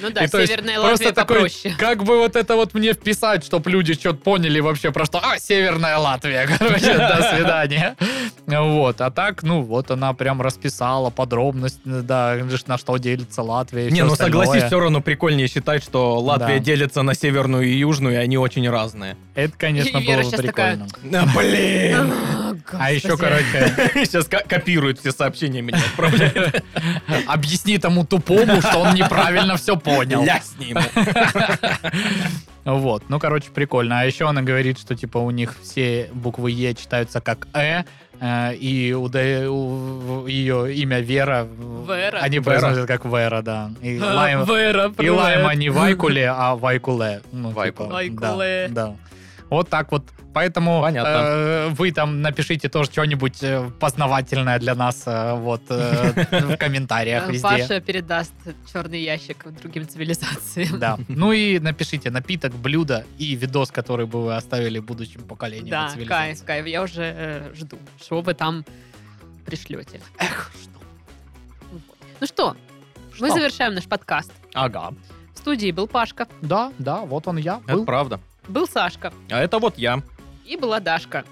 [SPEAKER 1] Ну да,
[SPEAKER 2] И то есть
[SPEAKER 1] Северная
[SPEAKER 2] просто
[SPEAKER 1] Латвия
[SPEAKER 2] такой-
[SPEAKER 1] попроще.
[SPEAKER 2] Как бы вот это вот мне вписать, чтобы люди что-то поняли вообще про что, а, Северная Латвия, короче, до свидания. Вот, а так, ну, вот она прям расписала подробность, да, лишь на что делится Латвия. и
[SPEAKER 3] Не,
[SPEAKER 2] всё
[SPEAKER 3] ну согласись,
[SPEAKER 2] остальное.
[SPEAKER 3] все равно прикольнее считать, что
[SPEAKER 2] Да.
[SPEAKER 3] Латвия делится на северную и южную, и они очень разные.
[SPEAKER 2] Это, конечно,
[SPEAKER 1] И Вера
[SPEAKER 2] было бы
[SPEAKER 1] щас
[SPEAKER 2] прикольно.
[SPEAKER 3] А, Блин!
[SPEAKER 2] А
[SPEAKER 1] А
[SPEAKER 2] еще, короче,
[SPEAKER 3] Сейчас копируют все сообщения меня отправляют.
[SPEAKER 2] объясни тому тупому, что он неправильно все понял.
[SPEAKER 3] Я с ним.
[SPEAKER 2] Вот, ну, короче, прикольно. А еще она говорит, что, типа, у них все буквы Е читаются как Э, э, и у, Дэ- у- у ее имя Вера, в-
[SPEAKER 1] Вера.
[SPEAKER 2] они
[SPEAKER 3] Вера.
[SPEAKER 2] произносят как Вера, да. И Лайм,
[SPEAKER 1] Вера,
[SPEAKER 2] и
[SPEAKER 1] привет.
[SPEAKER 2] Лайма не Вайкуле, а Вайкуле. Ну, типа, да,
[SPEAKER 3] Вайкуле.
[SPEAKER 1] Вайкуле.
[SPEAKER 2] Да, Вот так вот. Поэтому
[SPEAKER 3] Понятно.
[SPEAKER 2] э, вы там напишите тоже что-нибудь э, познавательное для нас э, вот э, в комментариях
[SPEAKER 1] Э,
[SPEAKER 2] везде.
[SPEAKER 1] Паша передаст черный ящик другим цивилизациям.
[SPEAKER 2] Да. Ну и напишите напиток, блюдо и видос, который бы вы оставили будущим поколениям.
[SPEAKER 1] Да,
[SPEAKER 2] от цивилизации.
[SPEAKER 1] кайф, кайф. Я уже э, жду, что вы там пришлете. Эх, что. Ну что, мы
[SPEAKER 2] Что?
[SPEAKER 1] завершаем наш подкаст.
[SPEAKER 3] Ага.
[SPEAKER 1] В студии был Пашка,
[SPEAKER 2] Да, да, вот он я
[SPEAKER 3] Это
[SPEAKER 2] был.
[SPEAKER 3] правда.
[SPEAKER 1] был Сашка
[SPEAKER 3] А это вот я.
[SPEAKER 1] и была Дашка.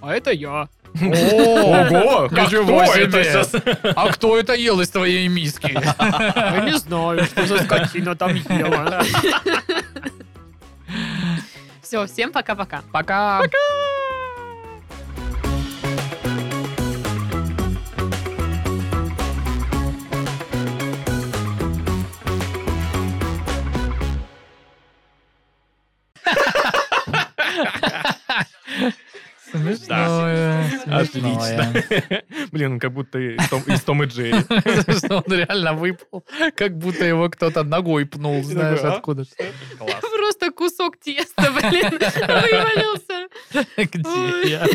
[SPEAKER 2] А это я.
[SPEAKER 3] Ого!
[SPEAKER 2] как
[SPEAKER 3] Ничего
[SPEAKER 2] кто
[SPEAKER 3] это
[SPEAKER 2] это
[SPEAKER 3] сейчас?
[SPEAKER 2] А кто это ел из твоей миски? Не знаю, что за скотина там ела.
[SPEAKER 1] Все, всем пока-пока.
[SPEAKER 2] Пока. Смешное,
[SPEAKER 3] Отлично.
[SPEAKER 2] смешное.
[SPEAKER 3] Блин, как будто из Том- из Том и Джерри.
[SPEAKER 2] Потому что он реально выпал, как будто его кто-то ногой пнул, знаешь,
[SPEAKER 3] такой, а?
[SPEAKER 2] откуда.
[SPEAKER 3] Класс.
[SPEAKER 1] Просто кусок теста, блин, вывалился.
[SPEAKER 2] Где я?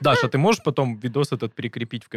[SPEAKER 3] Даша, ты можешь потом видос этот прикрепить в комментариях?